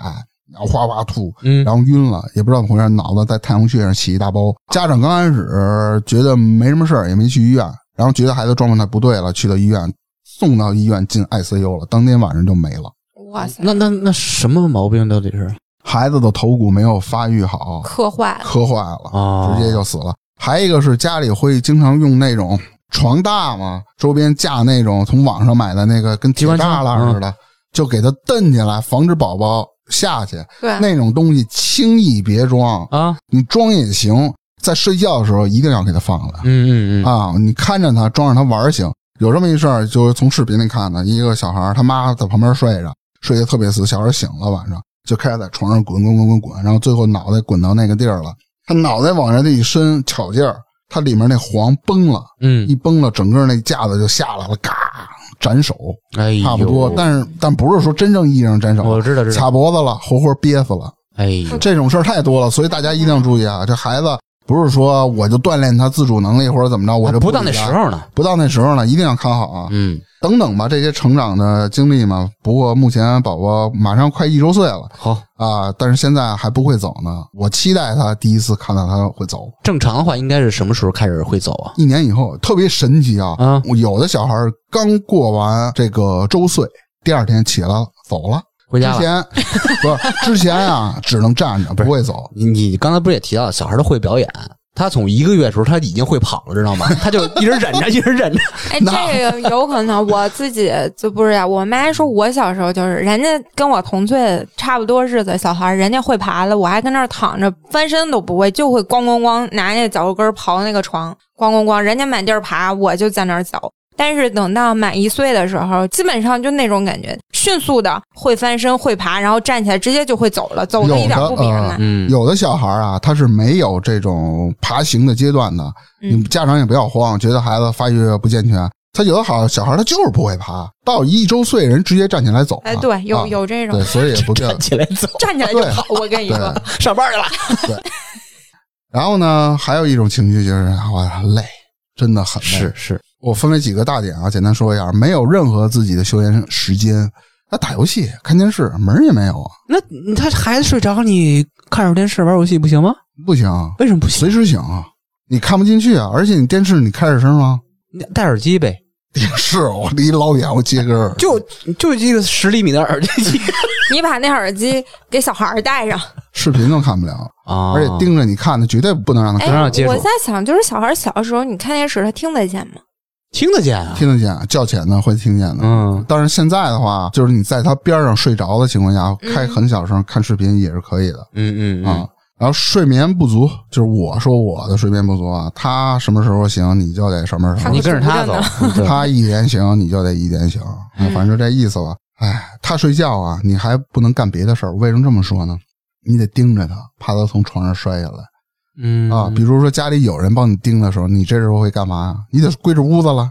S2: 然后哗哗吐，
S3: 嗯
S2: 然后晕了，也不知道怎么回事，脑子在太阳穴上起一大包。家长刚开始觉得没什么事儿，也没去医院，然后觉得孩子状态不对了，去到医院，送到医院进 ICU 了，当天晚上就没了。
S1: 哇塞，
S3: 那那那什么毛病到底是？
S2: 孩子的头骨没有发育好，
S1: 磕坏了，
S2: 磕坏了，
S3: 哦
S2: 直接就死了。还一个是家里会经常用那种床大嘛，周边架那种从网上买的那个跟铁
S3: 机关
S2: 栅
S3: 枪嗯
S2: 栏似的，就给它蹬起来，防止宝宝下去。
S1: 对，
S2: 那种东西轻易别装，
S3: 啊，
S2: 你装也行，在睡觉的时候一定要给它放了。
S3: 嗯嗯嗯，
S2: 啊，你看着他，装着他玩儿行。有这么一事儿，就是从视频里看的，一个小孩儿他妈在旁边睡着，睡得特别死，小孩儿醒了晚上就开始在床上滚滚滚滚滚，然后最后脑袋滚到那个地儿了，他脑袋往这一伸，巧劲儿，他里面那黄崩了，
S3: 嗯，
S2: 一崩了，整个那架子就下来了，嘎，斩首，
S3: 哎呦，
S2: 差不多，但是但不是说真正意义上斩首
S3: 我，知道知道，
S2: 卡脖子了，活活憋死了。
S3: 哎呦，
S2: 这种事儿太多了，所以大家一定要注意啊！这孩子不是说我就锻炼他自主能力或者怎么着，我
S3: 还
S2: 就
S3: 不到啊
S2: 理
S3: 那时
S2: 他，
S3: 候呢，
S2: 不到那时候呢，一定要看好啊！
S3: 嗯，
S2: 等等吧，这些成长的经历嘛。不过目前宝宝马上快一周岁了
S3: 好，
S2: 啊，但是现在还不会走呢。我期待他第一次看到他会走，
S3: 正常的话应该是什么时候开始会走啊？
S2: 一年以后特别神奇啊！
S3: 啊
S2: 我有的小孩刚过完这个周岁，第二天起来了走了。
S3: 回
S2: 之
S3: 家了。
S2: 前 不是之前啊，只能站着不会走。
S3: 你你刚才不是也提到小孩都会表演？他从一个月的时候他已经会跑了，知道吗？他就一直忍着，一直忍着。
S1: 哎，
S2: 那
S1: 这个有可能，我自己就不知道。我妈说，我小时候就是，人家跟我同岁差不多日子的小孩儿，人家会爬了，我还跟那儿躺着，翻身都不会，就会咣咣咣拿那脚后跟儿刨那个床，咣咣咣，人家满地儿爬，我就在那儿走。但是等到满一岁的时候，基本上就那种感觉，迅速的会翻身、会爬，然后站起来直接就会走了，走的一点儿不比人慢。
S3: 嗯，
S2: 有的小孩啊，他是没有这种爬行的阶段的，
S1: 嗯
S2: 你家长也不要慌，觉得孩子发育不健全。他有的好小孩，他就是不会爬，到一周岁人直接站起来走了。
S1: 哎，对，有、
S2: 啊
S3: 嗯
S1: 有这种
S2: 对，所以也不见
S3: 站起来走，
S1: 站起来就
S2: 对
S1: 跑，我跟你
S2: 对
S1: 说。
S3: 上班去了。
S2: 然后呢，还有一种情绪就是啊我累，真的很累。
S3: 是是，
S2: 我分为几个大点啊，简单说一下，没有任何自己的休闲时间，那打游戏、看电视门儿也没有啊，
S3: 那他孩子睡着，你看会儿电视、玩游戏不行吗？
S2: 不行啊，
S3: 为什么不行？
S2: 随时醒啊，你看不进去啊，而且你电视你开着声吗？
S3: 你戴耳机呗，
S2: 电视我离老远我接根儿，
S3: 就就这个十厘米的耳机
S1: 你把那耳机给小孩儿戴上，
S2: 视频都看不了，
S3: 啊
S2: 而且盯着你看的绝对不能让他
S1: 哎
S3: 不让接，触
S1: 我在想，就是小孩小的时候，你看电视他听得见吗？
S3: 听得见
S1: 哎
S3: 啊。
S2: 听得见，叫起来呢会听见的。
S3: 嗯，
S2: 但是现在的话，就是你在他边上睡着的情况下，
S1: 嗯
S2: 开很小声看视频也是可以的
S3: 嗯嗯
S2: 啊。，然后睡眠不足，就是我说我的睡眠不足啊，他什么时候醒你就得什么时
S1: 他
S2: 候
S3: 你
S2: 醒，
S3: 跟着他走，对
S2: 他一点醒你就得一点醒，
S1: 嗯
S2: 反正这意思吧。哎，他睡觉啊，你还不能干别的事儿。为什么这么说呢？你得盯着他，怕他从床上摔下来。
S3: 嗯
S2: 啊，比如说家里有人帮你盯的时候，你这时候会干嘛呀？你得归置屋子了，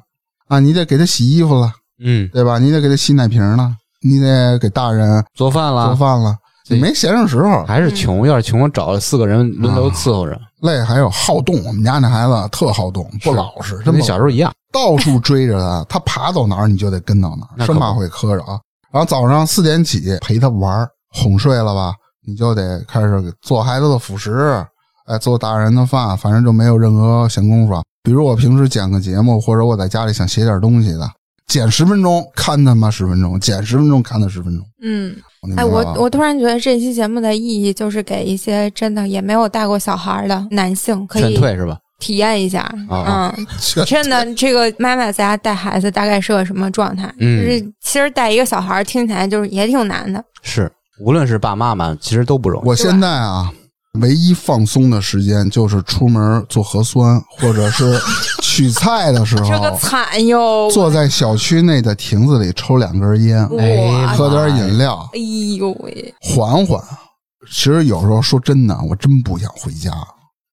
S2: 啊，你得给他洗衣服了，
S3: 嗯，
S2: 对吧？你得给他洗奶瓶了，你得给大人
S3: 做饭
S2: 做
S3: 了，
S2: 饭了，
S3: 啊对
S2: 你没闲着时候。
S3: 还是穷，要是穷，我找四个人轮流伺候着，
S2: 累，还有好动，我们家那孩子特好动，不
S3: 是
S2: 老实，真
S3: 跟
S2: 不
S3: 你
S2: 老
S3: 小时候一样。
S2: 到处追着他，他 爬到哪儿你就得跟到哪
S3: 那
S2: 儿，
S3: 可
S2: 生怕
S3: 不
S2: 会磕着啊。然后早上四点起陪他玩儿，哄睡了吧，你就得开始给做孩子的辅食，哎，做大人的饭，反正就没有任何闲工夫啊。比如我平时剪个节目，或者我在家里想写点东西的，剪十分钟看他妈十分钟，剪十分钟看他十分钟。
S1: 嗯，
S2: 你明白
S1: 哎，我
S3: 哦
S2: 吧
S1: 我突然觉得这期节目的意义就是给一些真的也没有带过小孩儿的男性可
S3: 劝
S1: 以
S3: 退是吧？
S1: 体验一下。
S3: 啊
S1: 嗯，真的，这个妈妈在家带孩子大概是个什么状态？
S3: 嗯哦
S1: 就是其实带一个小孩儿听起来就是也挺难的。
S3: 是，无论是爸妈嘛，其实都不容易。
S2: 我现在啊，唯一放松的时间就是出门做核酸，或者是取菜的时 候，
S1: 这个惨哟！
S2: 坐在小区内的亭子里抽两根烟，
S1: 我
S3: 哎
S2: 喝点饮料，
S1: 哎呦喂，
S2: 缓缓。其实有时候说真的，我真不想回家。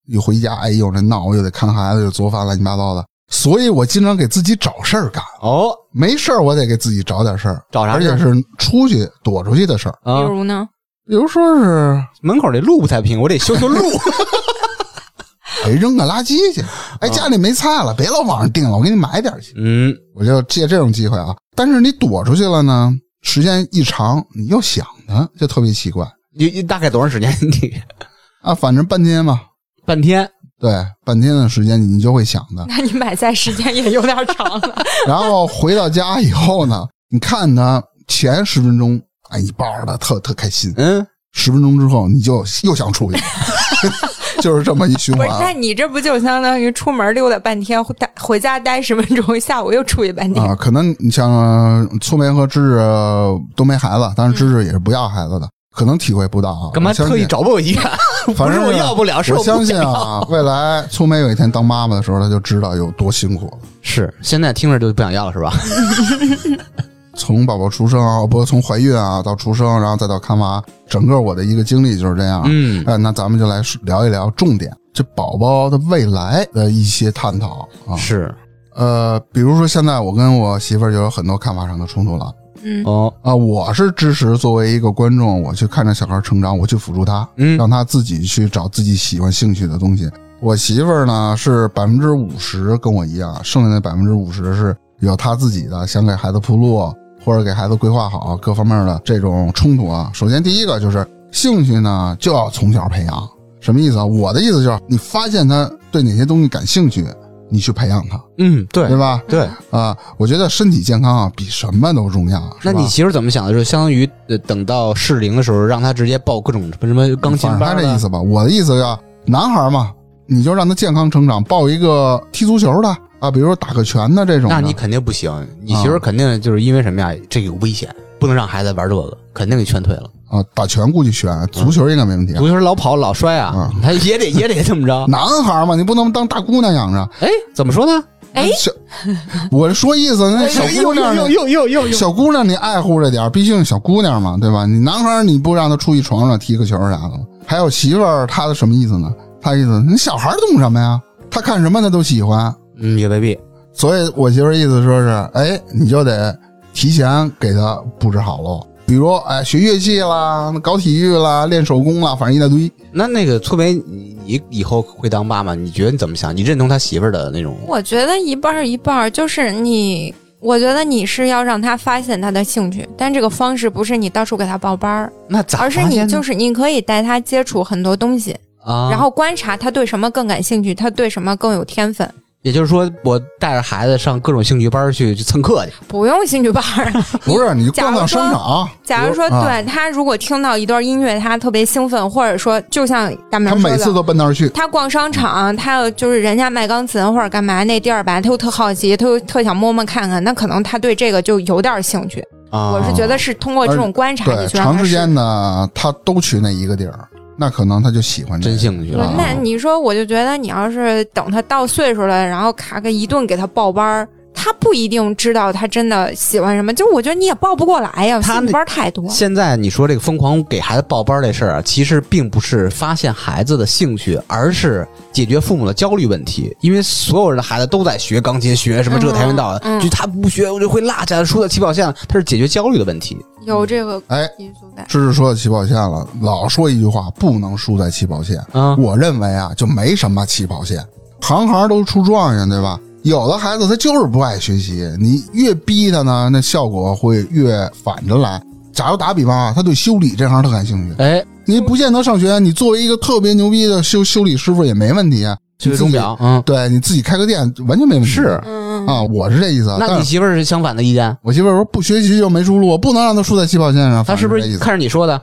S2: 一回家，哎呦，那闹又得看孩子，又做饭乱七八糟的。所以我经常给自己找事儿干，
S3: 哦，
S2: 没事儿我得给自己找点事儿，
S3: 找啥
S2: 而
S3: 事儿
S2: 且是出去躲出去的事儿。
S1: 比
S3: 啊，
S1: 如呢？
S2: 比如说是
S3: 门口那路不太平，我得修 修路。
S2: 哎扔个垃圾去，哎家里没菜了，别老网上订了，我给你买点儿去。
S3: 嗯，
S2: 我就借这种机会啊。但是你躲出去了呢，时间一长，你又想它，就特别奇怪。
S3: 你你大概多长时间？你
S2: 啊，反正半天吧，
S3: 半天
S2: 对，半天的时间你就会想的。
S1: 那你买菜时间也有点儿长了。
S2: 然后回到家以后呢，你看他前十分钟，哎，你抱着他特特开心；
S3: 嗯，
S2: 十分钟之后，你就又想出去， 就是这么一循
S1: 不是，那
S2: 环
S1: 你这不就相当于出门溜达半天，回待回家待十分钟，下午又出去半天？
S2: 啊。可能你像呃粗眉和芝芝呃都没孩子，但是芝
S1: 嗯
S2: 芝也是不要孩子的，可能体会不到啊。
S3: 干嘛
S2: 我相
S3: 特意
S2: 信
S3: 找我医院？
S2: 反正
S3: 不是我要不了是我
S2: 我
S3: 不想
S2: 相信啊，未来粗眉有一天当妈妈的时候，她就知道有多辛苦了。
S3: 是，现在听着就不想要了是吧？
S2: 从宝宝出生啊，不从怀孕啊到出生，然后再到看娃，整个我的一个经历就是这样。
S3: 嗯，
S2: 哎，那咱们就来聊一聊重点，这宝宝的未来的一些探讨啊。
S3: 是
S2: 呃，比如说现在我跟我媳妇儿就有很多看法上的冲突了
S1: 嗯
S3: 哦，
S2: 啊。我是支持作为一个观众，我去看着小孩成长，我去辅助他，
S3: 嗯
S2: 让他自己去找自己喜欢兴趣的东西。我媳妇儿呢是百分之五十跟我一样，剩下的百分之五十是有她自己的，想给孩子铺路或者给孩子规划好各方面的这种冲突啊。首先第一个就是兴趣呢就要从小培养，什么意思啊？我的意思就是你发现他对哪些东西感兴趣，你去培养他，
S3: 嗯，对
S2: 对吧？
S3: 对。
S2: 啊，我觉得身体健康啊比什么都重要。是
S3: 那
S2: 吧
S3: 你媳妇儿怎么想的？就相当于呃等到适龄的时候，让她直接报各种什么什么钢琴
S2: 反正
S3: 班啊
S2: 他
S3: 了
S2: 这意思吧？我的意思要男孩嘛，你就让他健康成长，报一个踢足球的啊，比如说打个拳的这种的。
S3: 那你肯定不行，你媳妇儿肯定就是因为什么呀？这有危险，不能让孩子玩这个，肯定给劝退了。
S2: 啊，打拳估计悬，足球应该没问题啊。
S3: 足球老跑老摔啊，他也得也得这么 着。
S2: 男孩嘛，你不能当大姑娘养着。
S3: 哎，怎么说呢？
S1: 哎
S2: 小，我说意思， 那小姑娘呢，
S3: 又又又
S2: 小姑娘你爱护着点儿，毕竟小姑娘嘛，对吧？你男孩儿你不让她出去床上踢个球啥的吗？还有媳妇儿，她的什么意思呢？她意思，你小孩儿懂什么呀？她看什么她都喜欢，
S3: 嗯，也未必。
S2: 所以我媳妇儿意思说是，哎，你就得提前给她布置好喽。比如，哎，学乐器啦，搞体育啦，练手工啦，反正一大堆。
S3: 那那个粗梅，你你以后会当爸妈？你觉得你怎么想？你认同他媳妇儿的那种？
S1: 我觉得一半儿一半儿，就是你，我觉得你是要让他发现他的兴趣，但这个方式不是你到处给他报班儿，
S3: 那咋发
S1: 而
S3: 现
S1: 是
S3: 呢？
S1: 你就是你可以带他接触很多东西，
S3: 啊，
S1: 然后观察他对什么更感兴趣，他对什么更有天分。
S3: 也就是说，我带着孩子上各种兴趣班去去蹭课去。
S1: 不用兴趣班儿，
S2: 不是，你就
S1: 假
S2: 逛
S1: 如
S2: 逛商
S1: 说
S2: 场，
S1: 假如说
S2: 啊
S1: 对他如果听到一段音乐，他特别兴奋，或者说就像大明
S2: 她
S1: 说的，
S2: 每次都奔那儿去。
S1: 他逛商场，他有就是人家卖钢琴或者干嘛那地儿吧，他又特好奇，他又特想摸摸看看，那可能他对这个就有点兴趣。
S3: 啊
S1: 我是觉得是通过这种观察，
S2: 啊对，
S1: 你去让他
S2: 长时
S1: 试
S2: 间呢，她都去那一个地儿，那可能她就喜欢这
S3: 真
S2: 个。
S3: 兴趣
S1: 对
S3: 了。
S1: 那
S2: 啊
S1: 你说，我就觉得你要是等他到岁数了，然后卡个一顿给他报班儿，他不一定知道他真的喜欢什么。就我觉得你也报不过来呀，
S3: 他
S1: 兴趣
S3: 那
S1: 班儿太多。
S3: 现在你说这个疯狂给孩子报班这事儿啊，其实并不是发现孩子的兴趣，而是解决父母的焦虑问题。因为所有人的孩子都在学钢琴，学什么这个跆拳道的，
S1: 嗯嗯
S3: 就他不学我就会落下，输在起跑线了。他是解决焦虑的问题。
S1: 有这个
S2: 哎，
S1: 因素在。
S2: 芝芝说到起跑线了，老说一句话，不能输在起跑线。
S3: 啊
S2: 我认为啊，就没什么起跑线，行行都出状元，对吧？有的孩子他就是不爱学习，你越逼他呢，那效果会越反着来。假如打比方啊，他对修理这行特感兴趣，
S3: 哎，
S2: 你不见得上学，你作为一个特别牛逼的修修理师傅也没问题啊。
S3: 学钟表，嗯，
S2: 对，你自己开个店完全没问题。
S3: 是。
S1: 嗯，
S2: 啊，我是这意思啊。
S3: 那
S2: 但
S3: 你
S2: 是
S3: 媳妇儿是相反的意见，
S2: 我媳妇儿说不学习就没出路，我不能让他输在起跑线上。
S3: 她
S2: 反正
S3: 是不
S2: 这意
S3: 是
S2: 思
S3: 看着你说的？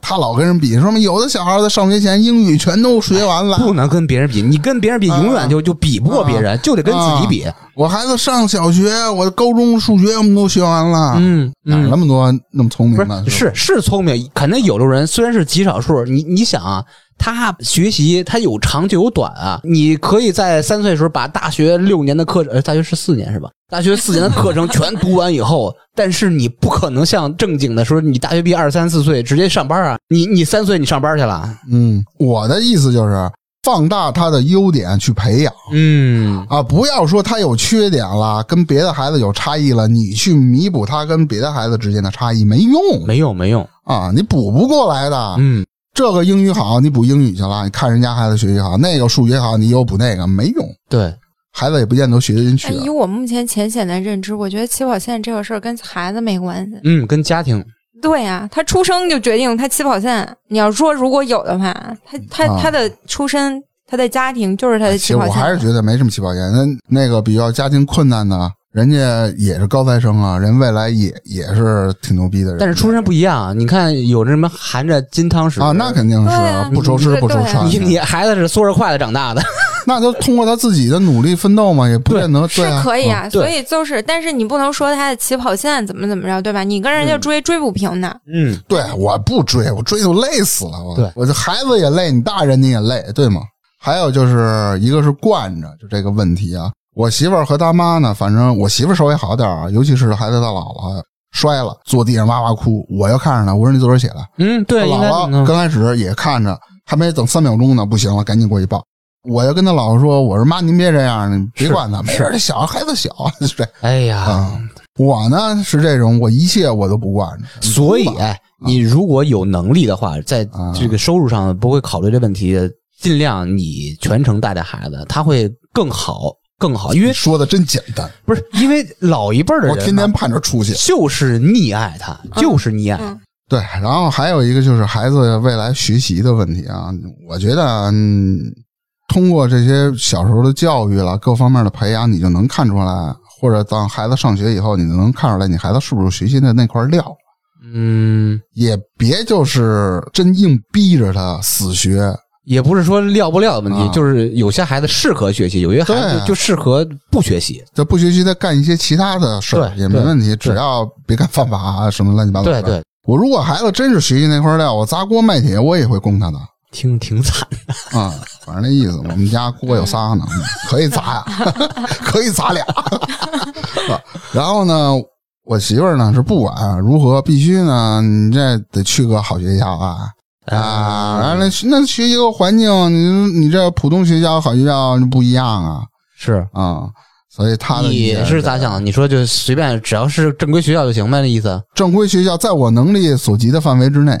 S2: 他老跟人比，说什么有的小孩在上学前英语全都学完了，
S3: 不能跟别人比，你跟别人比，
S2: 啊
S3: 永远就就比不过别
S2: 嗯
S3: 人，就得跟自己比。
S2: 我孩子上小学，我的高中数学我们都学完了，
S3: 嗯，
S2: 哪儿
S3: 嗯
S2: 那么多那么聪明的？
S3: 不是是是聪明，肯定有这种人，虽然是极少数。你你想啊，他学习他有长就有短啊。你可以在三岁的时候把大学六年的课程，呃，大学是四年是吧？大学四年的课程全读完以后，但是你不可能像正经的说，你大学毕业二三四岁直接上班啊。你你三岁你上班去了？
S2: 嗯，我的意思就是放大他的优点去培养
S3: 嗯，
S2: 啊，不要说他有缺点了，跟别的孩子有差异了，你去弥补他跟别的孩子之间的差异没用
S3: 没用没用。
S2: 啊，你补不过来的。
S3: 嗯，
S2: 这个英语好，你补英语去了，你看人家孩子学习好；那个数学好，你又补那个，没用，
S3: 对，
S2: 孩子也不见得学得进去啊
S1: 但。以我目前浅显的认知，我觉得起跑线这个事儿跟孩子没关系。
S3: 嗯，跟家庭
S1: 对呀、他出生就决定他起跑线。你要说如果有的话，他他、
S2: 啊哎
S1: 他的出身，他的家庭就是他的
S2: 其
S1: 起
S2: 实
S1: 跑
S2: 我
S1: 线。
S2: 还是觉得没什么起跑线。那那个比较家庭困难的，啊人家也是高材生啊，人未来也也是挺牛逼的人。
S3: 但是出身不一样啊，你看有那什么含着金汤匙
S2: 啊，那啊肯定是啊
S1: 对啊
S2: 不愁吃
S1: 对
S2: 不愁
S1: 对啊
S2: 穿
S3: 你
S2: 的，
S3: 你孩子是缩着筷子长大 的，
S2: 那就通过他自己的努力奋斗嘛，也不见得
S1: 是
S2: 对啊，
S1: 可以啊，
S3: 对
S1: 所以就是，但是你不能说他的起跑线怎么怎么着，对吧？你跟人家追、追不平呢，
S3: 嗯，
S2: 对，我不追，我追就累死了。我
S3: 对
S2: 我这孩子也累，你大人你也累，对吗？还有就是一个是惯着，就这个问题啊。我媳妇儿和她妈呢，反正我媳妇儿稍微好点儿啊，尤其是孩子他姥姥摔了，坐地上哇哇哭，我要看着她，我说你坐这儿起来。
S3: 嗯，对，应
S2: 姥
S3: 该
S2: 姥
S3: 嗯
S2: 刚开始也看着，还没等三秒钟呢，不行了，赶紧过去抱。我就跟他姥姥说：“我说妈，您别这样，你别
S3: 是
S2: 管他，没事儿，这小孩子小， 对
S3: 哎呀，
S2: 啊。我呢是这种，我一切我都不惯着，
S3: 所以哎你如果有能力的话，在
S2: 啊
S3: 这个收入上不会考虑这问题，尽量你全程带着孩子，他会更好更好，因为
S2: 说的真简单。
S3: 不是因为老一辈儿的人
S2: 我
S3: 嘛
S2: 天天盼着出去。
S3: 就是溺爱他，就是溺爱，
S1: 嗯
S2: 对，然后还有一个就是孩子未来学习的问题啊，我觉得、嗯、通过这些小时候的教育了，各方面的培养，你就能看出来，或者当孩子上学以后，你就能看出来你孩子是不是学习的那块料。
S3: 嗯，
S2: 也别就是真硬逼着他死学，
S3: 也不是说料不料的问题，
S2: 啊
S3: 就是有些孩子适合学习，有些孩
S2: 对啊
S3: 子就适合不学习。
S2: 他不学习，他干一些其他的事儿
S3: 对
S2: 也没问题，
S3: 对
S2: 只要别干犯法啊什么乱七八糟
S3: 对
S2: 的。
S3: 对，
S2: 我如果孩子真是学习那块料，我砸锅卖铁我也会供他 的。
S3: 挺挺惨。
S2: 啊，反正那意思，我们家锅有仨 呢，可以砸呀， 可以砸俩。 啊然后呢，我媳妇儿呢是不管如何，必须呢，你这得去个好学校啊
S3: 嗯
S2: 啊！然后那那学习个环境，你你这普通学校、好学校不一样啊
S3: 是，
S2: 啊！所以她的意
S3: 你
S2: 见
S3: 是咋想的？你说就随便，只要是正规学校就行呗，那意思
S2: 正规学校，在我能力所及的范围之内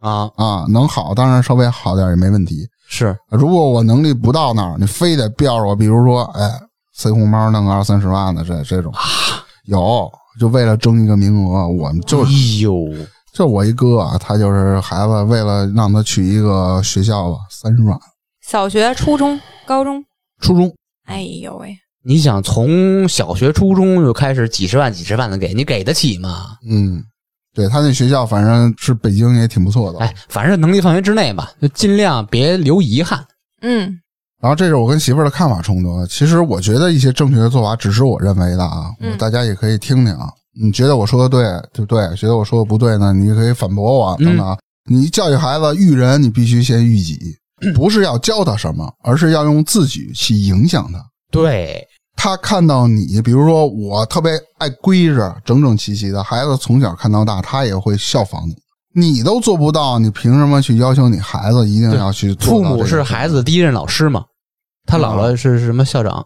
S3: 啊？
S2: 啊，能好当然稍微好点儿也没问题。
S3: 是，
S2: 如果我能力不到那儿，你非得吊着我，比如说，哎，塞红包弄个二三十万的，这这种有，就为了争一个名额，我们就
S3: 哎呦，
S2: 就我一哥啊，他就是孩子，为了让他去一个学校吧，三十万，
S1: 小学、初中、高中，
S2: 初中
S1: 哎呦喂，
S3: 你想从小学、初中就开始几十万、几十万的给，你给得起吗？
S2: 嗯，对他那学校反正是北京也挺不错的。
S3: 哎，反正能力范围之内吧，就尽量别留遗憾。
S1: 嗯
S2: 然后这是我跟媳妇儿的看法冲突。啊其实我觉得一些正确的做法只是我认为的啊，
S1: 嗯
S2: 大家也可以听听啊。你觉得我说的对就对，觉得我说的不对呢，你可以反驳我啊
S3: 嗯
S2: 等等啊。你教育孩子育人，你必须先育己，不是要教他什么，而是要用自己去影响他。
S3: 对，
S2: 他看到你，比如说我特别爱规着、整整齐齐的孩子，从小看到大，他也会效仿你。你都做不到，你凭什么去要求你孩子一定要去做
S3: 父
S2: 到这
S3: 母
S2: 个啊
S3: 是
S2: 程度
S3: 孩子的第一任老师嘛，他姥姥是什么校长？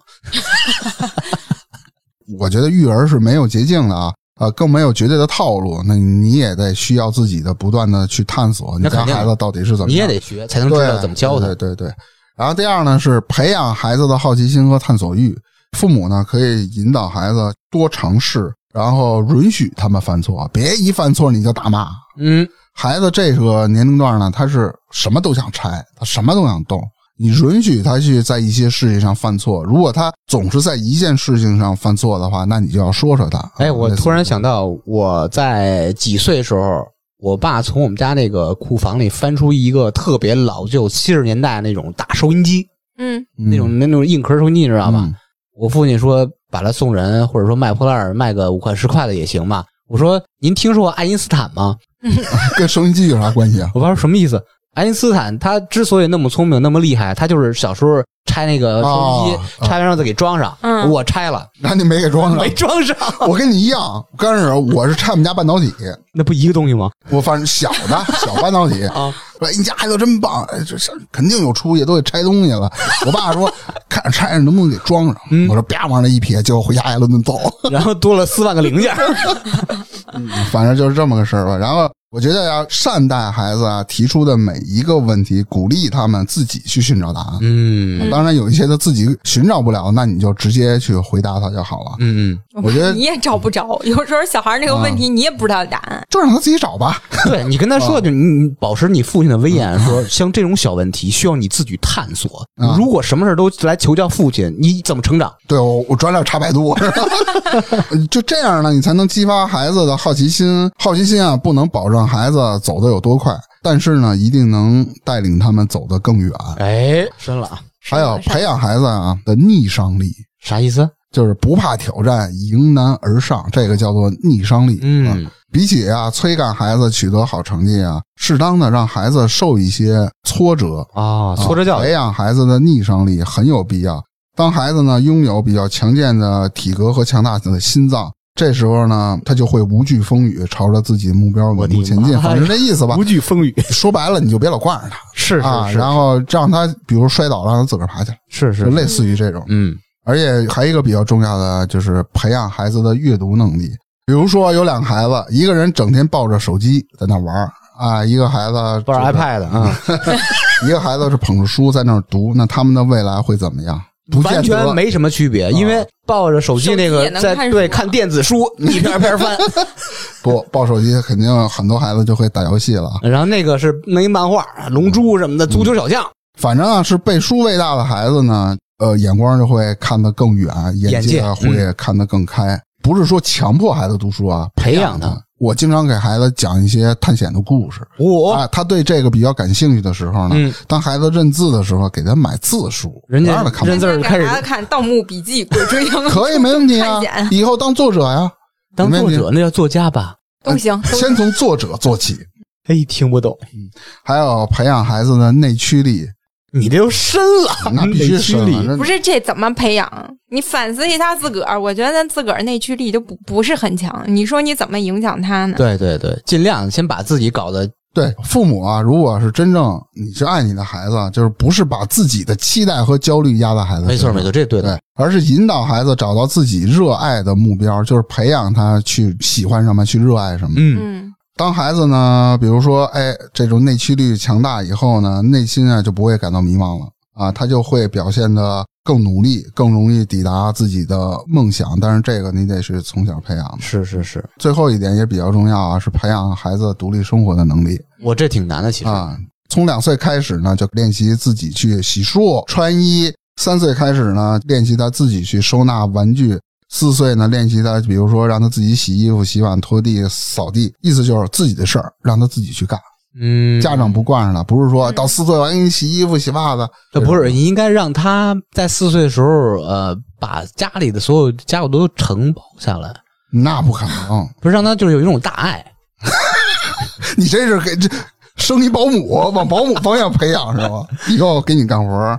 S2: 我觉得育儿是没有捷径的啊，呃，更没有绝对的套路。那你也得需要自己的不断的去探索，你
S3: 那肯
S2: 家
S3: 定
S2: 孩子到底是怎么样，
S3: 你也得学，才能知
S2: 对
S3: 道怎么教他
S2: 对。对对对。然后第二呢是培养孩子的好奇心和探索欲，父母呢可以引导孩子多尝试，然后允许他们犯错，别一犯错你就大骂。
S3: 嗯，
S2: 孩子这个年龄段呢，他是什么都想拆，他什么都想动。你允许他去在一些事情上犯错，如果他总是在一件事情上犯错的话，那你就要说说他。啊
S3: 哎，我
S2: 类似于
S3: 突然想到，我在几岁时候，我爸从我们家那个库房里翻出一个特别老旧七十年代那种大收音机，
S1: 嗯，
S3: 那种那种硬壳收音机，你知道吧？
S2: 嗯
S3: 我父亲说把它送人，或者说卖破烂儿卖个五块十块的也行吧。我说您听说过爱因斯坦吗？
S2: 跟收音机有啥关系啊？
S3: 我爸说什么意思？爱因斯坦他之所以那么聪明、那么厉害，他就是小时候拆那个收音机，
S2: 哦嗯
S3: 拆完让再给装上。
S1: 嗯
S3: 我拆了，
S2: 那你没给装上
S3: 没？装上，
S2: 我跟你一样，刚开始我是拆我们家半导体，
S3: 那不一个东西吗？
S2: 我反正小 的小半导体
S3: 啊，
S2: 说哎你家孩子真棒，哎这是肯定有出息，都得拆东西了。我爸说看拆上能不能给装上，
S3: 嗯
S2: 我说啪往那一撇，结果回家挨了顿揍。
S3: 然后多了四万个零件儿。嗯
S2: 反正就是这么个事儿吧。然后我觉得呀，善待孩子啊，提出的每一个问题，鼓励他们自己去寻找答案。
S3: 嗯
S2: 当然，有一些他自己寻找不了，那你就直接去回答他就好了。
S3: 嗯嗯，
S2: 我觉 得
S1: 你也找不着，有时候小孩那个
S3: 啊
S1: 问题你也不知道答案。
S2: 就让他自己找吧。
S3: 对你跟他说，就你你保持你父亲的威严，说像这种小问题需要你自己探索。
S2: 啊
S3: 如果什么事儿都来求教父亲，你怎么成长？
S2: 对我，我转脸查百度，是 吧就这样呢，你才能激发孩子的好奇心。好奇心啊，不能保证孩子走得有多快，但是呢，一定能带领他们走得更远。
S3: 哎，深了啊，
S2: 还有培养孩子啊的逆商力，
S3: 啥意思？
S2: 就是不怕挑战，迎难而上，这个叫做逆商力。啊
S3: 嗯
S2: 比起啊催赶孩子取得好成绩啊，适当的让孩子受一些挫折，
S3: 啊，挫折教
S2: 培
S3: 育，
S2: 养孩子的逆商力很有必要。当孩子呢拥有比较强健的体格和强大的心脏，这时候呢，他就会无惧风雨，朝着自己的目标
S3: 我
S2: 稳
S3: 的
S2: 步前进，
S3: 妈呀
S2: 反正这意 思吧。
S3: 惧风雨，
S2: 说白了，你就别老惯着他
S3: 是
S2: 啊，然后让他比如摔倒了，让他自个儿爬起来，
S3: 是，
S2: 就是类似于这种。
S3: 嗯
S2: 而且还有一个比较重要的就是培养孩子的阅读能力。比如说有两个孩子，一个人整天抱着手机在那玩儿啊，一个孩子
S3: 不是
S2: 就是
S3: iPad 啊，
S2: 一个孩子是捧着书在那儿读，那他们的未来会怎么样？不见得
S3: 完全没什么区别，因为抱着手机那
S1: 手机
S3: 个
S1: 也能
S3: 在
S1: 看书
S3: 对
S1: 啊
S3: 看电子书， 一篇篇 翻，
S2: 不抱手机，肯定很多孩子就会打游戏了啊。
S3: 然后那个是那一漫画《龙珠》什么的，《足球小将》
S2: 反正啊，是背书喂大的孩子呢，呃，眼光就会看得更远，眼界啊
S3: 眼界嗯
S2: 会看得更开。不是说强迫孩子读书啊，
S3: 培
S2: 培
S3: 养他
S2: 他。我经常给孩子讲一些探险的故事，
S3: 我
S2: 啊，他对这个比较感兴趣的时候呢，
S3: 哦嗯
S2: 当孩子认字的时候，给他买字书，
S3: 人家
S2: 不让他看
S3: 认字儿
S1: 给
S3: 开始
S1: 孩子看《盗墓笔记》《鬼 吹灯》
S2: 可以没问题啊
S1: 看见，
S2: 以后当作者呀，
S3: 当
S2: 没
S3: 作
S2: 问题
S3: 者那叫作家吧？
S1: 都行，
S3: 呃
S1: 都行
S2: 先从作者做起，
S3: 哎，听不懂，
S2: 还有培养孩子的内 驱力，
S3: 你这又深了，
S2: 那 必须是
S3: 虚理。
S1: 不是这怎么培养？你反思一下自个儿，我觉得咱自个儿内驱力就不不是很强。你说你怎么影响他呢？
S3: 对对对，尽量先把自己搞得
S2: 对父母啊，如果是真正你是爱你的孩子，就是不是把自己的期待和焦虑压在孩子，
S3: 没错没，错，这对
S2: 对
S3: 的。，
S2: 而是引导孩子找到自己热爱的目标，就是培养他去喜欢什么，去热爱什么。
S3: 嗯，
S1: 嗯，
S2: 当孩子呢，比如说，哎，这种内驱力强大以后呢，内心啊就不会感到迷茫了啊，他就会表现的更努力，更容易抵达自己的梦想。但是这个你得是从小培养的。
S3: 是是是，
S2: 最后一点也比较重要啊，是培养孩子独立生活的能力
S3: 我这挺难的，其实。
S2: 啊。从两岁开始呢，就练习自己去洗漱、穿衣；三岁开始呢，练习他自己去收纳玩具；四岁呢，练习他，比如说让他自己洗衣服、洗碗、拖地、扫地，意思就是自己的事儿让他自己去干。
S3: 嗯，
S2: 家长不惯着他，不是说到四岁我还给你洗衣服、洗袜子，
S3: 呃，不是，你应该让他在四岁的时候，呃，把家里的所有家务都承包下来，
S2: 那不可能。
S3: 不是让他就是有一种大爱。
S2: 你这是给这生一保姆，往保姆方向培养是吗？以后给你干活儿。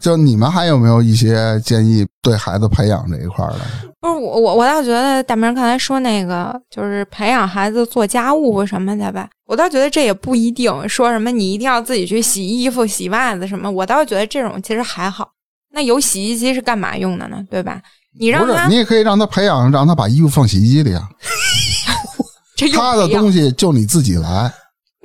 S2: 就你们还有没有一些建议对孩子培养这一块儿的？
S1: 不是我我我倒觉得大明儿刚才说那个就是培养孩子做家务什么的吧，我倒觉得这也不一定说什么你一定要自己去洗衣服、洗袜子什么，我倒觉得这种其实还好。那有洗衣机是干嘛用的呢？对吧？你让
S2: 不是，
S1: 他
S2: 你也可以让他培养，让他把衣服放洗衣机里啊。
S1: 这用
S2: 他的
S1: 不一样
S2: 东西就你自己来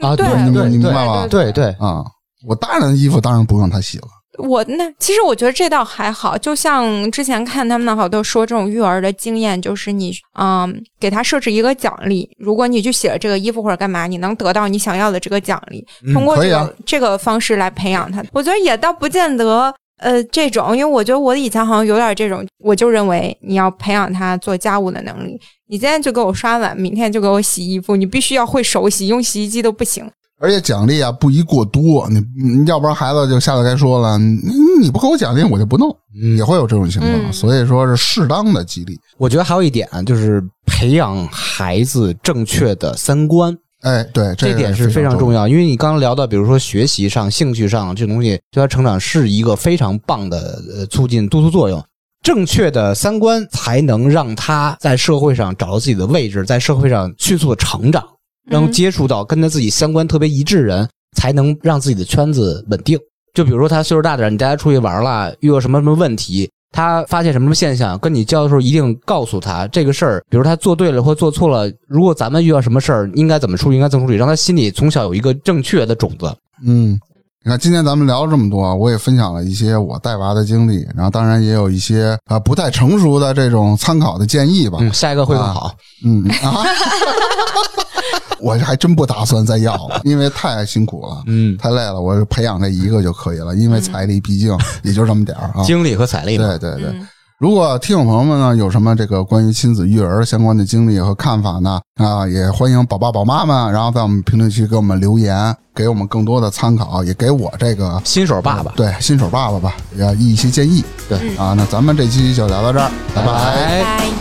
S3: 啊
S1: 对
S3: 对
S2: 你
S3: 对
S2: 你明白吧
S1: 对对
S3: 对，
S2: 啊、我大人的衣服当然不用他洗了，
S1: 我那其实我觉得这倒还好，就像之前看他们好多说这种育儿的经验，就是你嗯给他设置一个奖励，如果你去洗了这个衣服或者干嘛，你能得到你想要的这个奖励，通过
S2: 可
S1: 这
S2: 以
S1: 个、
S2: 啊
S1: 这个方式来培养他，我觉得也倒不见得。呃，这种，因为我觉得我以前好像有点这种，我就认为你要培养他做家务的能力。你今天就给我刷碗，明天就给我洗衣服，你必须要会手洗，用洗衣机都不行。
S2: 而且奖励啊不宜过多，你你要不然孩子就下次该说了，你你不给我奖励我就不弄，
S3: 嗯
S2: 也，会有这种情况。
S1: 嗯
S2: 所以说是适当的激励。
S3: 我觉得还有一点啊就是培养孩子正确的三观，
S2: 哎，对，个
S3: 这点是
S2: 是
S3: 非常重要。因为你刚刚聊到，比如说学习上、兴趣上这种东西，对他成长是一个非常棒的呃促进督促作用。正确的三观才能让他在社会上找到自己的位置，在社会上迅速的成长，然后
S1: 嗯
S3: 接触到跟他自己三观特别一致的人，才能让自己的圈子稳定。就比如说他岁数大的人，你带他出去玩了，遇到什么什么问题，他发现什么什么现象，跟你交的时候一定告诉他这个事儿，比如他做对了或做错了，如果咱们遇到什么事儿，应该怎么处理，应该怎么处理，让他心里从小有一个正确的种子。
S2: 嗯，你看今天咱们聊了这么多，啊我也分享了一些我带娃的经历，然后当然也有一些啊、不太成熟的这种参考的建议吧。
S3: 嗯，下一个会更好。
S2: 嗯啊， 我还真不打算再要了，因为太辛苦了，
S3: 嗯，
S2: 太累了。我培养这一个就可以了，因为财力毕竟也就这么点儿啊。
S3: 经历和财力嘛，
S2: 对对对。
S1: 嗯
S2: 如果听友朋友们呢有什么这个关于亲子育儿相关的经历和看法呢，啊，也欢迎宝爸宝妈们，然后在我们评论区给我们留言，给我们更多的参考，也给我这个
S3: 新手爸爸，
S2: 对新手爸爸吧，也一些建议。
S3: 对
S2: 啊，那咱们这期就聊到这儿，拜拜
S3: 拜
S1: 拜。